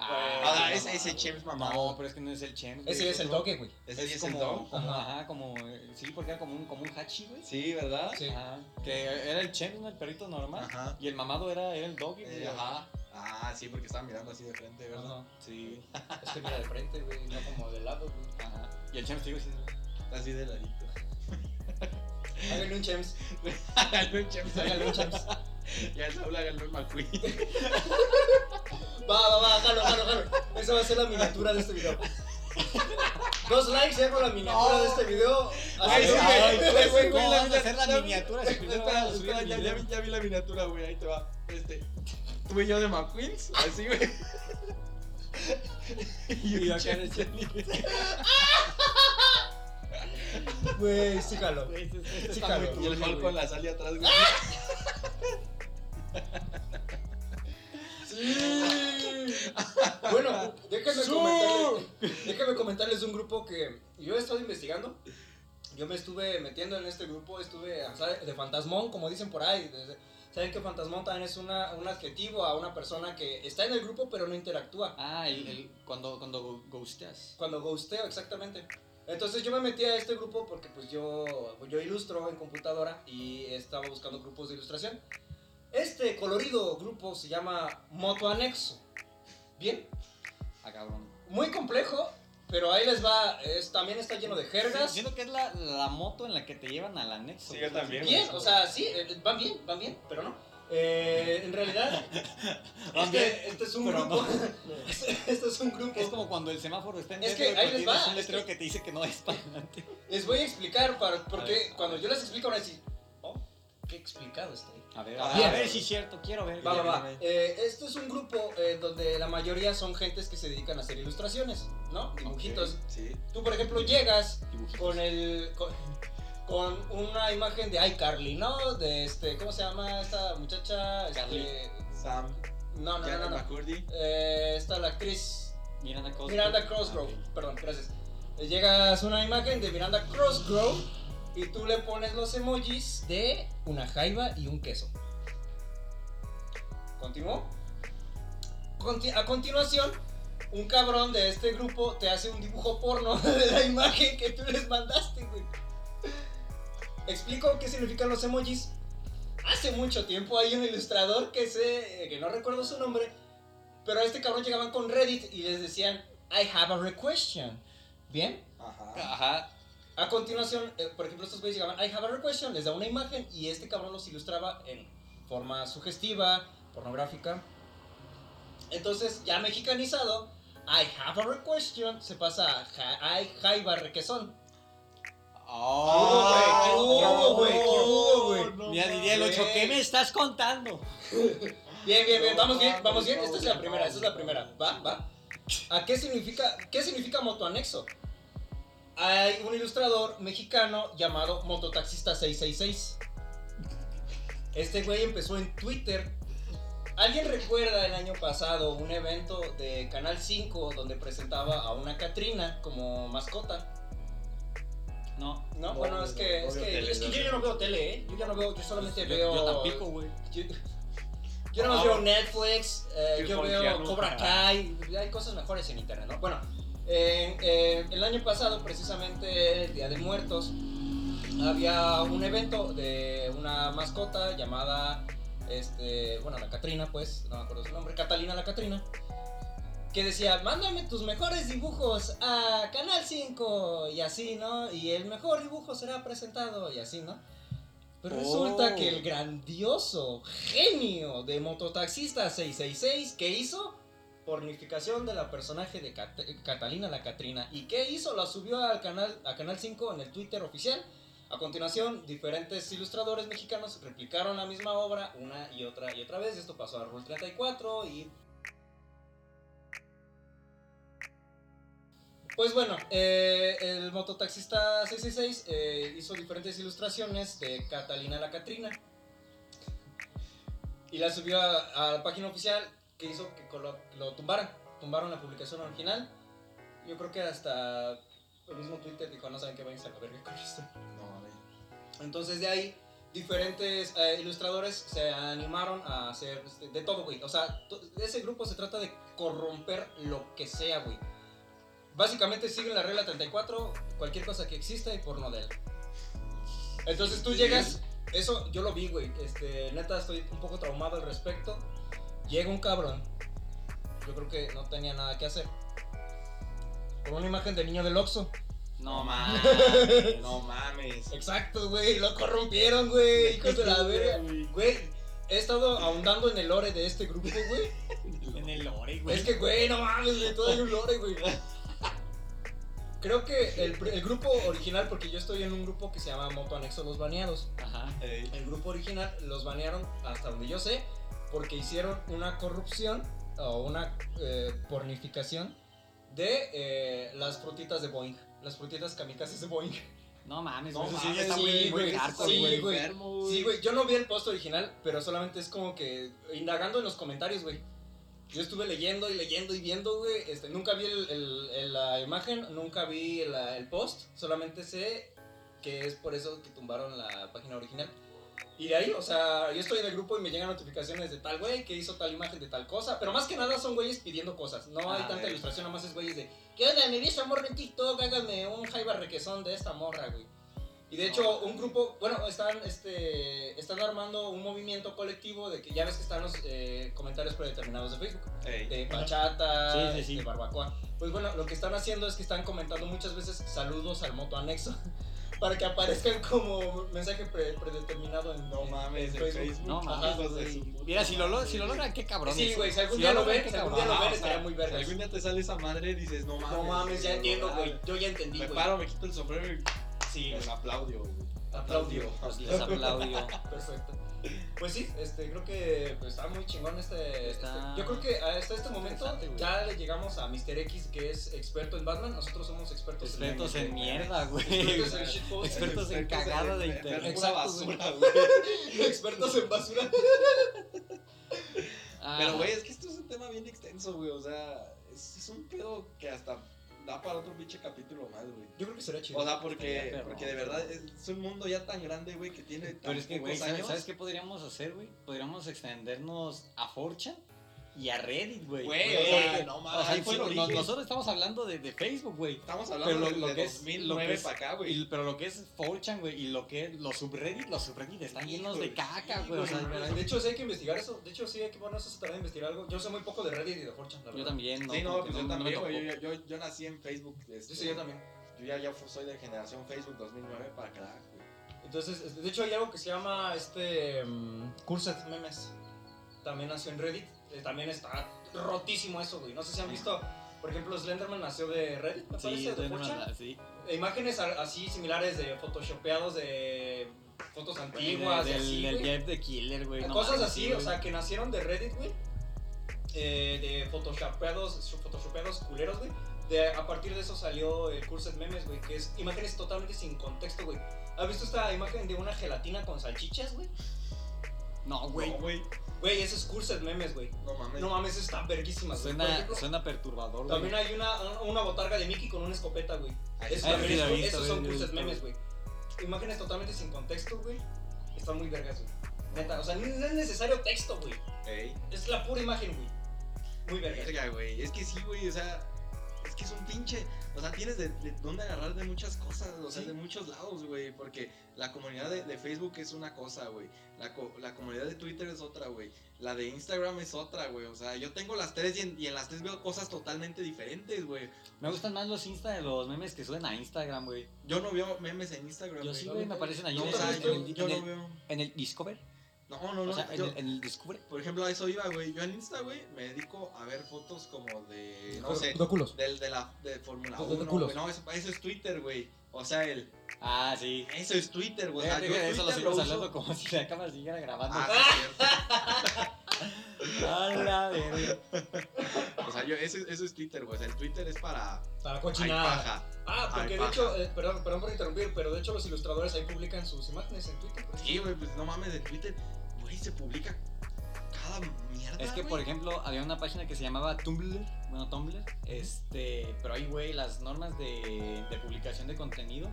S2: Ah,
S3: Ah,
S2: no,
S3: ese, ese
S2: no,
S3: Chems
S2: No,
S3: mamado.
S2: pero es que no es el Chems. güey,
S1: Ese es el
S2: otro.
S1: toque, güey.
S3: Ese sí
S2: es
S3: es el
S2: como,
S3: dog.
S2: como-
S1: Ajá.
S2: ajá, como, eh, sí, porque era como un, como un hachi, güey.
S3: Sí, ¿verdad?
S1: Sí.
S2: Ajá, que era el Chems, ¿no? El perrito normal.
S3: Ajá.
S2: Y el mamado era, era el doggy, güey.
S3: Eh, ajá. Ah, sí, porque estaba mirando así de frente, ¿verdad?
S1: Ajá.
S2: Sí.
S1: Es que mira de frente, güey, no como de lado, güey.
S2: Ajá. Y el Chems, te digo, sí.
S3: Así de ladito.
S1: Háganle un chems.
S3: Háganle un Chems
S1: Háganle un chems.
S3: Ya el Saúl háganle un McQueen.
S1: Va, va, va, jalo, jalo, jalo. Esa va a ser la miniatura de este video. Dos likes ya con la miniatura de este video.
S3: Ay, sí, güey.
S2: Ay,
S3: güey,
S2: pues,
S3: güey,
S2: ¿Cómo
S3: la
S2: vas a
S3: mina-
S2: hacer la
S3: la-
S2: miniatura? Si primero vas
S3: espera,
S2: a subir
S3: espera,
S2: el
S3: ya, ya,
S2: video.
S3: vi, ya vi la miniatura, güey. Ahí te va. Este, tú y yo de McQueens, así, güey.
S2: Y
S3: un
S2: acá
S3: Chems.
S2: de Chems.
S1: Güey, sí, jalo.
S2: Güey, este- este
S1: Sí,
S2: está muy
S1: cabrón.
S3: Y
S2: turbio,
S3: el Hulk
S2: güey.
S3: con la salida atrás, güey.
S1: ¡Ah! Sí. Bueno, déjenme
S3: Sí.
S1: comentarles, déjenme comentarles de un grupo que yo he estado investigando. Yo me estuve metiendo en este grupo, estuve ¿sabe? de fantasmón, como dicen por ahí. de- de- Saben que fantasmón también es una, un adjetivo a una persona que está en el grupo pero no interactúa.
S2: Ah, el, el, cuando, cuando go- ghosteas.
S1: Cuando ghosteo, exactamente. Entonces yo me metí a este grupo porque pues yo, yo ilustro en computadora y estaba buscando grupos de ilustración. Este colorido grupo se llama Moto Anexo. Bien,
S2: Ah, cabrón.
S1: muy complejo, pero ahí les va, es- también está lleno de jergas.
S2: Siento que es la, la moto en la que te llevan al anexo.
S3: Sí,
S2: güey.
S3: yo también, güey.
S1: Bien, o sea, sí, eh, van bien, van bien, pero no. Eh, en realidad,
S2: Van bien,
S1: este, este es un
S2: pero
S1: grupo. este es un grupo.
S2: Es como cuando el semáforo está en
S1: Es
S2: verde,
S1: que
S2: güey,
S1: ahí
S2: pero
S1: les va,
S2: tienes un
S1: es
S2: letrero
S1: que-
S2: que te dice que no es para adelante.
S1: Les voy a explicar, para- porque
S2: A ver, a
S1: cuando
S2: ver.
S1: yo les explico, van a decir, oh, qué explicado estoy.
S2: A ver,
S3: Ah,
S2: a,
S1: bien.
S2: ver si es cierto, quiero ver.
S1: Va, va,
S2: quiero
S1: va.
S2: ver.
S1: Eh, este es un grupo eh, donde la mayoría son gentes que se dedican a hacer ilustraciones, ¿no? Dibujitos.
S3: Sí.
S1: Tú, por ejemplo, llegas
S2: Dibujitos.
S1: con el. con- con una imagen de iCarly, ¿no? De este, ¿cómo se llama esta muchacha? Este,
S2: Carly.
S3: Sam,
S1: no, no, no,
S3: Janet
S1: no. no.
S3: McCurdy.
S1: Eh, esta la actriz
S2: Miranda Cosgrove.
S1: Miranda Crossgrove,
S2: Ah,
S1: perdón, gracias. Eh, Llegas una imagen de Miranda Crossgrove y tú le pones los emojis de una jaiba y un queso. ¿Continuó? Conti- a continuación, un cabrón de este grupo te hace un dibujo porno de la imagen que tú les mandaste, güey. Explico qué significan los emojis. Hace mucho tiempo hay un ilustrador que sé, que no recuerdo su nombre, pero a este cabrón llegaban con Reddit y les decían, I have a requestion. Bien.
S2: ok.
S3: Ajá.
S2: Ajá.
S1: A continuación, eh, por ejemplo, estos güeyes llegaban, I have a requestion, les da una imagen y este cabrón los ilustraba en forma sugestiva, pornográfica. Entonces, ya mexicanizado, I have a requestion se pasa a ja- I jaiba requesón.
S3: Oh,
S1: hubo, güey? ¿Qué hubo, güey? ¿Qué hubo, güey?
S2: Mira, diría el ocho,
S1: güey.
S2: ¿qué me estás contando?
S1: Bien, bien, bien,
S3: No,
S1: vamos bien,
S3: mames,
S1: vamos bien.
S3: no,
S1: Esta es la
S3: no,
S1: primera, esta es la primera. Va, va. ¿A qué significa, qué significa motoanexo? Hay un ilustrador mexicano llamado Mototaxista 666. Este güey empezó en Twitter. ¿Alguien recuerda el año pasado un evento de Canal 5 donde presentaba a una Catrina como mascota?
S2: No.
S1: No,
S3: No,
S1: bueno, es
S3: no,
S1: que,
S3: no
S1: es
S3: veo
S1: que,
S3: tele,
S1: es que
S3: no
S1: yo ya
S3: veo.
S1: no veo tele, ¿eh? Yo ya no veo, yo solamente
S2: Yo,
S1: veo.
S2: yo tampoco, güey.
S1: Yo, yo no
S2: Ah,
S1: veo
S2: bueno.
S1: Netflix, eh,
S2: Sí,
S1: yo
S2: Jorge
S1: veo
S2: Arnulfo.
S1: Cobra Kai, hay cosas mejores en internet, ¿no? Bueno, en- en- el año pasado, precisamente el Día de Muertos, había un evento de una mascota llamada, este, bueno, la Catrina, pues, no me acuerdo su nombre, Catalina la Catrina, que decía, mándame tus mejores dibujos a Canal 5 y así, ¿no? Y el mejor dibujo será presentado y así, ¿no? Pero resulta
S2: Oh.
S1: que el grandioso genio de Mototaxista 666, ¿qué hizo? Pornificación de la personaje de Cat- Catalina la Catrina. ¿Y qué hizo? La subió al canal, a canal 5 en el Twitter oficial. A continuación, diferentes ilustradores mexicanos replicaron la misma obra una y otra y otra vez. Esto pasó a Rule 34 y... Pues bueno, eh, el mototaxista 666 eh, hizo diferentes ilustraciones de Catalina la Catrina. Y la subió a, a la página oficial que hizo que colo- lo tumbaran. Tumbaron la publicación original. Yo creo que hasta el mismo Twitter dijo, no saben qué vayan a la verga con esto.
S3: No, güey.
S1: Entonces de ahí diferentes eh, ilustradores se animaron a hacer este, de todo, güey. O sea, to- de ese grupo se trata de corromper lo que sea, güey. Básicamente siguen la regla 34, cualquier cosa que exista y porno de él. Entonces tú llegas, eso yo lo vi, güey. Este, neta, estoy un poco traumado al respecto. Llega un cabrón. Yo creo que no tenía nada que hacer. Con una imagen del niño del Oxxo.
S2: No mames.
S3: No mames.
S1: Exacto, güey, lo corrompieron, güey, hijos de la verga. Güey, he estado ahondando en el lore de este grupo, güey.
S2: En el lore, güey.
S1: Es que, güey, no mames, güey, todo hay un lore, güey. Creo que el, pr- el grupo original, porque yo estoy en un grupo que se llama Moto Anexo Los Baneados.
S2: Ajá.
S3: Ey.
S1: El grupo original los banearon, hasta donde yo sé, porque hicieron una corrupción o una eh, pornificación de eh, las frutitas de Boeing. Las frutitas kamikazes de Boeing.
S2: No mames,
S3: No
S2: güey. Eso sí,
S3: mames,
S2: está muy,
S1: sí,
S2: muy
S1: güey,
S2: hardcore,
S1: sí,
S2: güey.
S1: güey.
S3: Enfermo,
S1: Sí, güey, yo no vi el post original, pero solamente es como que indagando en los comentarios, güey. Yo estuve leyendo y leyendo y viendo, güey. Este, nunca vi el- el- el- la imagen, nunca vi la- el post. Solamente sé que es por eso que tumbaron la página original. Y de ahí, o sea, yo estoy en el grupo y me llegan notificaciones de tal güey que hizo tal imagen de tal cosa. Pero más que nada son güeyes pidiendo cosas. No hay
S2: Ah,
S1: tanta
S3: eh.
S1: ilustración, nada más es güeyes de ¿Qué onda? Me vi esta morra en TikTok, háganme un jaiba requesón de esta morra, güey. Y de hecho, un grupo, bueno, están, este, están armando un movimiento colectivo de que ya ves que están los eh, comentarios predeterminados de Facebook,
S3: Ey.
S1: de bachata,
S2: Sí, sí, sí.
S1: de barbacoa. Pues bueno, lo que están haciendo es que están comentando muchas veces saludos al moto anexo para que aparezcan como mensaje pre- predeterminado en,
S3: No
S1: en-
S3: mames,
S1: en
S3: el Facebook.
S2: No
S3: Ajá,
S2: mames,
S3: hijos de
S2: güey.
S3: su puta
S2: Mira, si lo, lo-
S3: madre.
S2: si lo logran, qué cabrón.
S1: Sí, güey, si algún día lo ven, si algún día lo ven, Ah, estaría muy vergas.
S3: Ah, Si algún día te sale esa madre, dices, no mames.
S1: No mames, ya
S3: güey,
S1: entiendo,
S3: no
S1: güey.
S3: mames.
S1: Yo ya entendí,
S3: Me
S1: güey.
S3: paro, me quito el sombrero y
S1: Sí,
S3: el
S1: güey.
S3: aplaudio, güey.
S1: Aplaudió.
S2: Les aplaudo.
S1: Perfecto. Pues sí, este, creo que pues, está muy chingón este,
S2: Está-
S1: este- Yo creo que hasta este momento
S2: interesante, güey.
S1: ya le llegamos a Mr. X, que es experto en Batman. Nosotros somos expertos,
S2: Expertos
S1: memes,
S2: en mierda, güey.
S1: Expertos en shitpost.
S2: Expertos en cagada de internet.
S3: Pura
S1: Exacto, güey.
S3: basura, güey.
S1: Expertos en basura.
S2: Ah,
S3: Pero, güey, es que esto es un tema bien extenso, güey. O sea, es, es un pedo que hasta da para otro pinche capítulo más, güey.
S1: Yo creo que será chido.
S3: O sea,
S2: Estaría
S3: porque,
S2: perro.
S3: porque de verdad es, es un mundo ya tan grande, güey, que tiene tan
S2: Pero es que, güey,
S3: pocos
S2: ¿sabes,
S3: años.
S2: sabes qué podríamos hacer, güey? Podríamos extendernos a Forcha y a Reddit, güey.
S3: Güey,
S2: Porque-
S3: o sea, no
S2: o sea,
S3: mames. Ahí fue el
S2: sí, no-
S3: origen.
S2: nosotros estamos hablando de, de Facebook, güey.
S3: Estamos hablando
S2: Pero
S3: de,
S2: lo- lo
S3: de
S2: que es-
S3: 2009
S2: lo que es-
S3: para acá, güey.
S2: Y- pero lo que es Forchan, güey, y lo que es los subreddit, los subreddit están llenos
S3: Híjole,
S2: de caca, güey. O sea,
S1: de hecho, sí hay que investigar eso. De hecho, sí hay que ponernos eso también a investigar algo. Yo sé muy poco de Reddit y de 4chan, la
S2: yo
S1: verdad.
S2: también, ¿no?
S3: Sí, no,
S2: como que no-
S3: pues yo
S2: no me
S3: también,
S2: tocó.
S3: güey. Yo, yo, yo nací en Facebook. este,
S1: Sí, sí, yo también.
S3: Yo ya, ya fu- soy de generación Facebook 2009 para acá, güey.
S1: Entonces, este, de hecho, hay algo que se llama este. mm, Cursed Memes. También nació en Reddit. Eh, también está rotísimo eso, güey. No sé si han visto. Por ejemplo, Slenderman nació de Reddit, me
S2: Sí,
S1: parece, de
S2: estoy
S1: 4chan.
S2: enamorada, sí.
S1: E imágenes a- así similares de photoshopeados de fotos antiguas y
S2: Del-
S1: así,
S2: Del
S1: güey.
S2: Jeff de Killer, güey. no
S1: Cosas
S2: mames,
S1: así,
S2: sí,
S1: o
S2: güey.
S1: sea, que nacieron de Reddit, güey. Eh, de photoshopeados, photoshopeados culeros, güey. De, a partir de eso salió el Cursed Memes, güey, que es imágenes totalmente sin contexto, güey. ¿Has visto esta imagen de una gelatina con salchichas, güey?
S2: No, güey.
S3: No, güey.
S1: Güey, eso es Cursed Memes, güey.
S3: No mames.
S1: No mames, eso está verguísima, güey. Por
S2: Suena,
S1: ejemplo,
S2: suena perturbador, güey.
S1: También hay una, una botarga de Mickey con una escopeta, güey.
S3: Ahí
S1: Eso
S3: está.
S1: también
S2: Ah, sí,
S1: es-
S2: la he visto,
S1: esos
S2: güey,
S1: son
S2: la he
S1: cursos
S2: visto,
S1: memes, güey. Imágenes totalmente sin contexto, güey. Están muy vergas, güey. Neta, o sea, no no es necesario texto, güey.
S3: Ey.
S1: Es la pura imagen, güey. Muy vergas.
S3: Verga, güey. Es que sí, güey. O sea, es que es un pinche. O sea, tienes de, de dónde agarrar de muchas cosas, o sea,
S1: Sí.
S3: de muchos lados, güey. Porque la comunidad de, de Facebook es una cosa, güey. La, co- la comunidad de Twitter es otra, güey. La de Instagram es otra, güey. O sea, yo tengo las tres y en, y en las tres veo cosas totalmente diferentes, güey.
S2: Me gustan más los Insta, los memes que suben a Instagram, güey.
S3: Yo no veo memes en Instagram,
S2: Yo
S3: güey.
S2: sí, güey, me aparecen ahí
S3: No,
S2: en,
S3: o
S2: el-
S3: sea,
S2: en
S3: yo,
S2: el,
S3: yo
S2: en
S3: no
S2: el-
S3: veo.
S2: en el Discover.
S3: No, no, no.
S2: O sea, en
S3: yo-
S2: el, en el Discover.
S3: Por ejemplo, a eso iba, güey. Yo en Insta, güey, me dedico a ver fotos como de. No sé.
S1: culos.
S3: Del, de la de Fórmula
S1: Fotos de
S3: 1.
S1: culos.
S3: güey. No, eso, eso es Twitter, güey. O sea, el.
S2: Ah, sí.
S3: Eso es Twitter, güey. O sea,
S2: Fíjate
S3: yo
S2: que de eso lo
S3: Twitter lo
S2: seguimos
S3: uso-
S2: hablando como si la cámara siguiera grabando.
S3: Ah, sí, es cierto.
S2: A la verga.
S3: O sea, yo, eso, eso es Twitter, güey. O sea, el Twitter es para.
S1: Para
S3: Ay,
S1: cochinada.
S3: paja.
S1: Ah, porque de
S3: Ay, paja.
S1: hecho, eh, perdón, perdón por interrumpir, pero de hecho los ilustradores ahí publican sus imágenes en Twitter. güey.
S3: Sí, güey, pues no mames, en Twitter, güey, se publica cada mierda.
S2: Es que, por
S3: güey.
S2: ejemplo, había una página que se llamaba Tumblr. Bueno, Tumblr. Este, pero ahí, güey, las normas de, de publicación de contenido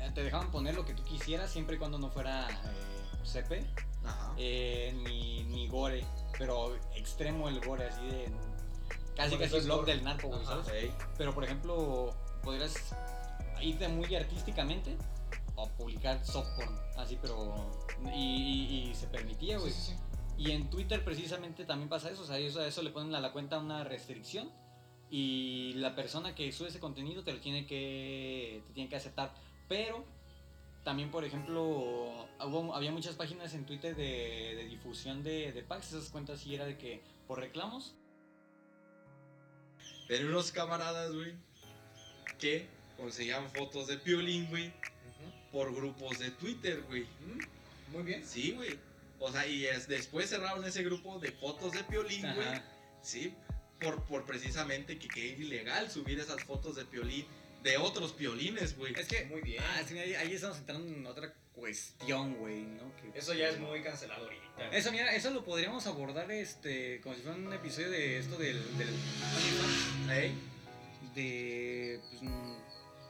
S2: eh, te dejaban poner lo que tú quisieras siempre y cuando no fuera eh, CP.
S3: Ajá.
S2: eh, ni, ni gore, pero extremo el gore, así de. Casi,
S1: Porque
S2: casi
S1: eso es
S2: blog
S1: gore.
S2: del narco, güey,
S1: Ajá.
S2: ¿sabes?
S3: Ey.
S2: Pero por ejemplo, podrías irte muy artísticamente o publicar soft porn, así, pero. Y, y- y se permitía, güey.
S1: Sí, sí, sí.
S2: Y en Twitter precisamente también pasa eso, o sea, eso, a eso le ponen a la cuenta una restricción y la persona que sube ese contenido te lo tiene que, te tiene que aceptar. Pero también, por ejemplo, hubo- había muchas páginas en Twitter de, de difusión de, de packs, esas cuentas sí era de que por reclamos.
S3: Pero unos camaradas, güey, que conseguían fotos de Piolín, güey,
S1: Ujú.
S3: por grupos de Twitter, güey.
S1: Muy bien.
S3: Sí, güey. O sea, y es- después cerraron ese grupo de fotos de Piolín, güey. Sí, por, por precisamente que, que es ilegal subir esas fotos de Piolín, de otros Piolines, güey.
S1: Muy bien.
S2: Ah, sí, ahí, ahí estamos entrando en otra cuestión, güey, ¿no? Que-
S1: Eso ya es muy cancelado ahorita. güey.
S2: Eso, mira, eso lo podríamos abordar este, como si fuera un episodio de esto del. del
S3: Ey,
S2: de pues, mm,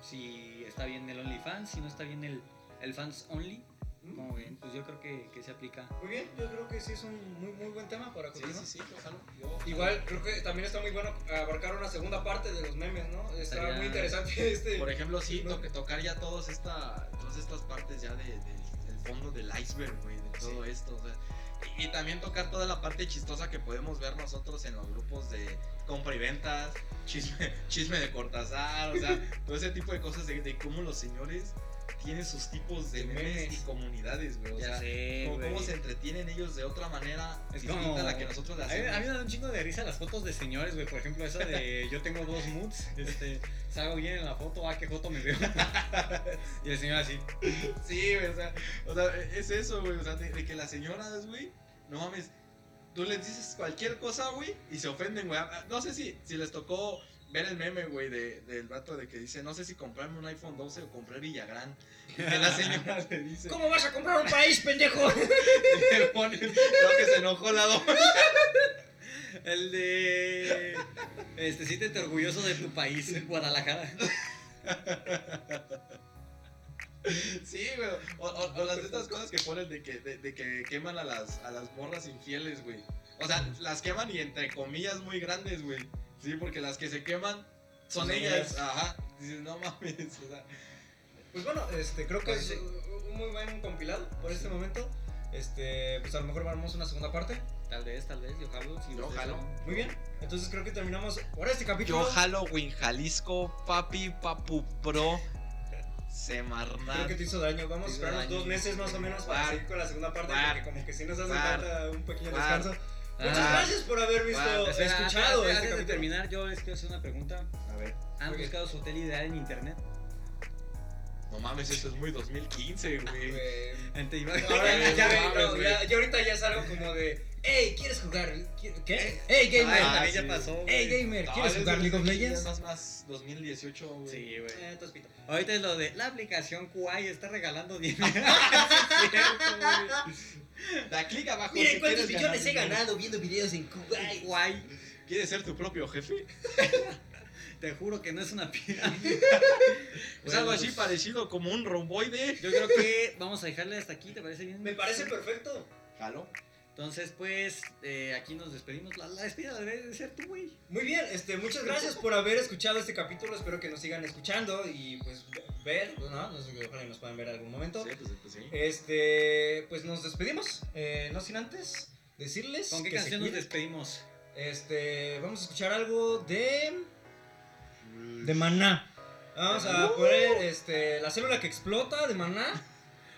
S2: si está bien el OnlyFans, si no está bien el, el Fans Only. Como ven, pues yo creo que, que se aplica.
S1: Muy bien, yo creo que sí es un muy, muy buen tema para
S3: Sí,
S1: continuar.
S3: sí, sí, ojalá. Yo-
S1: Igual creo que también está muy bueno abarcar una segunda parte de los memes, ¿no? Está
S2: Estaría-
S1: muy interesante este.
S3: Por ejemplo, sí, to- tocar ya todos esta, todas estas partes ya de, de- del fondo del iceberg, güey, de todo esto. o sea, y, y también tocar toda la parte chistosa que podemos ver nosotros en los grupos de compra y ventas, chisme, chisme de Cortázar, o sea, todo ese tipo de cosas de, de cómo los señores tiene sus tipos de
S1: De
S3: memes,
S1: memes.
S3: y comunidades, güey. O
S8: Ya
S3: sea,
S8: sé,
S3: como
S8: güey.
S3: cómo se entretienen ellos de otra manera
S2: Es
S3: distinta
S2: como-
S3: a la que nosotros le
S2: A mí,
S3: hacemos.
S2: a mí me dan un chingo de risa las fotos de señores, güey. Por ejemplo, esa de yo tengo dos moods. Este, salgo bien en la foto, ah, qué foto me veo. y el señor así.
S3: Sí, güey, o sea, o sea, e-, es eso, güey, o sea, de, de que las señoras, güey, no mames, tú les dices cualquier cosa, güey, y se ofenden, güey. Ah, No sé si, si les tocó ver el meme, güey, de, del vato de que dice, no sé si comprarme un iPhone 12 o comprar Villagrán. Y que la señora le dice,
S1: ¿Cómo vas a comprar un país, pendejo?
S3: y le pone, creo que se enojó la doña.
S2: El de. Este, siéntete orgulloso de tu país, Guadalajara.
S3: Sí, güey, o, o- o las de estas cosas que ponen de que, de, de que queman a las, a las morras infieles, güey. O sea, las queman y entre comillas muy grandes, güey. Sí, porque las que se queman son
S1: Son
S3: ellas.
S1: ellas.
S3: Ajá. Dices, no mames. O sea,
S1: Pues bueno, este, creo que
S3: Pues
S1: es
S3: sí.
S1: un muy buen compilado por este momento. Este, pues a lo mejor vamos a una segunda parte.
S2: Tal vez, tal vez, yo jalo. Si
S9: Yo
S2: ustedes
S9: jalo.
S2: no.
S1: Muy bien. Entonces creo que terminamos por este
S10: Yo
S1: capítulo.
S10: Halloween Jalisco, papi, papu pro.
S1: Creo que
S3: Semarnat.
S1: te hizo daño. Vamos a
S3: Te hizo
S1: esperarnos
S3: daño.
S1: dos meses más o menos para
S3: Guar.
S1: seguir con la segunda parte.
S3: Guar.
S1: Porque como que sí nos hace
S3: Guar.
S1: falta un pequeño
S3: Guar.
S1: descanso.
S2: Ah,
S1: Muchas gracias por haber visto,
S3: Guar.
S2: espera,
S1: escuchado
S2: antes,
S1: este
S2: antes de
S1: capítulo.
S2: terminar, yo les quiero hacer una pregunta.
S3: A ver.
S2: ¿Han
S1: Muy bien.
S2: buscado su hotel ideal en internet?
S3: No mames, eso es muy 2015, güey.
S1: Eh,
S2: Ante iba-
S1: Ahora ya,
S3: No
S1: ya-
S3: mames,
S1: no,
S3: güey.
S1: ya- ya ahorita ya es algo como de, hey, ¿quieres jugar? ¿Qui- ¿Qué? Hey, gamer.
S2: Ah,
S3: sí.
S2: también ya pasó.
S1: hey,
S2: güey.
S1: gamer,
S3: ¿Eh? No,
S1: ¿quieres
S3: es
S1: jugar League of
S3: 2015,
S1: Legends?
S3: Más, más 2018, güey.
S2: Sí, güey.
S1: Eh, tú has pito.
S2: Ahorita es lo de la aplicación Kuai está regalando dinero. Sí, es cierto, güey.
S3: Da clic abajo.
S1: Miren
S3: si
S1: cuántos
S3: quieres
S1: millones he
S3: ganar dinero.
S1: ganado viendo videos en Kuwait.
S2: Kuai,
S3: ¿Quieres ser tu propio jefe?
S2: te juro que no es una pirámide.
S3: Es algo
S2: Bueno,
S3: así parecido como un romboide.
S2: Yo creo que vamos a dejarle hasta aquí, ¿te parece bien?
S1: Me parece perfecto.
S3: Jalo.
S2: Entonces, pues, eh, aquí nos despedimos. La, la despedida la debe de ser tú, güey.
S1: Muy bien, este, muchas gracias por haber escuchado este capítulo. Espero que nos sigan escuchando y pues ver, ¿no? Nos- Ojalá y nos puedan ver algún momento.
S3: Sí, pues, pues, sí.
S1: Este, pues nos despedimos, eh, no sin antes decirles
S2: ¿Con qué
S1: que se
S2: canción nos
S1: cuiden.
S2: despedimos?
S1: Este, vamos a escuchar algo de de Maná. Vamos a poner este La célula que explota de Maná.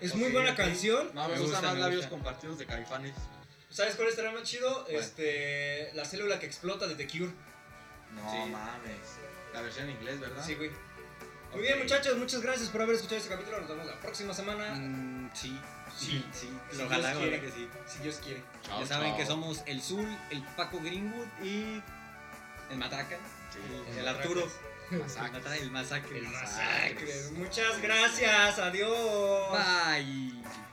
S1: Es muy
S2: Ok,
S1: buena
S2: ok.
S1: canción.
S3: No, me,
S2: Me
S3: gustan
S2: gusta,
S3: más
S2: me
S3: labios
S2: gusta.
S3: compartidos de caifanes.
S1: Pues, ¿Sabes cuál estaría más chido? Este, La célula que explota de The Cure.
S3: No mames. La versión en inglés,
S2: Ah.
S3: ¿verdad?
S1: Sí, güey. Muy bien, muchachos, muchas gracias por haber escuchado este capítulo. Nos vemos la próxima semana,
S2: Mm, sí,
S1: Sí.
S2: sí.
S1: Si Dios
S2: Ojalá, ojalá
S1: quiere.
S2: que sí.
S1: si Dios quiere.
S2: ya saben que somos el Zul, el Paco Greenwood y el Matraca. el, Arturo. El Matraca, el Masacre.
S1: Masacres. Muchas gracias. Adiós.
S2: Bye.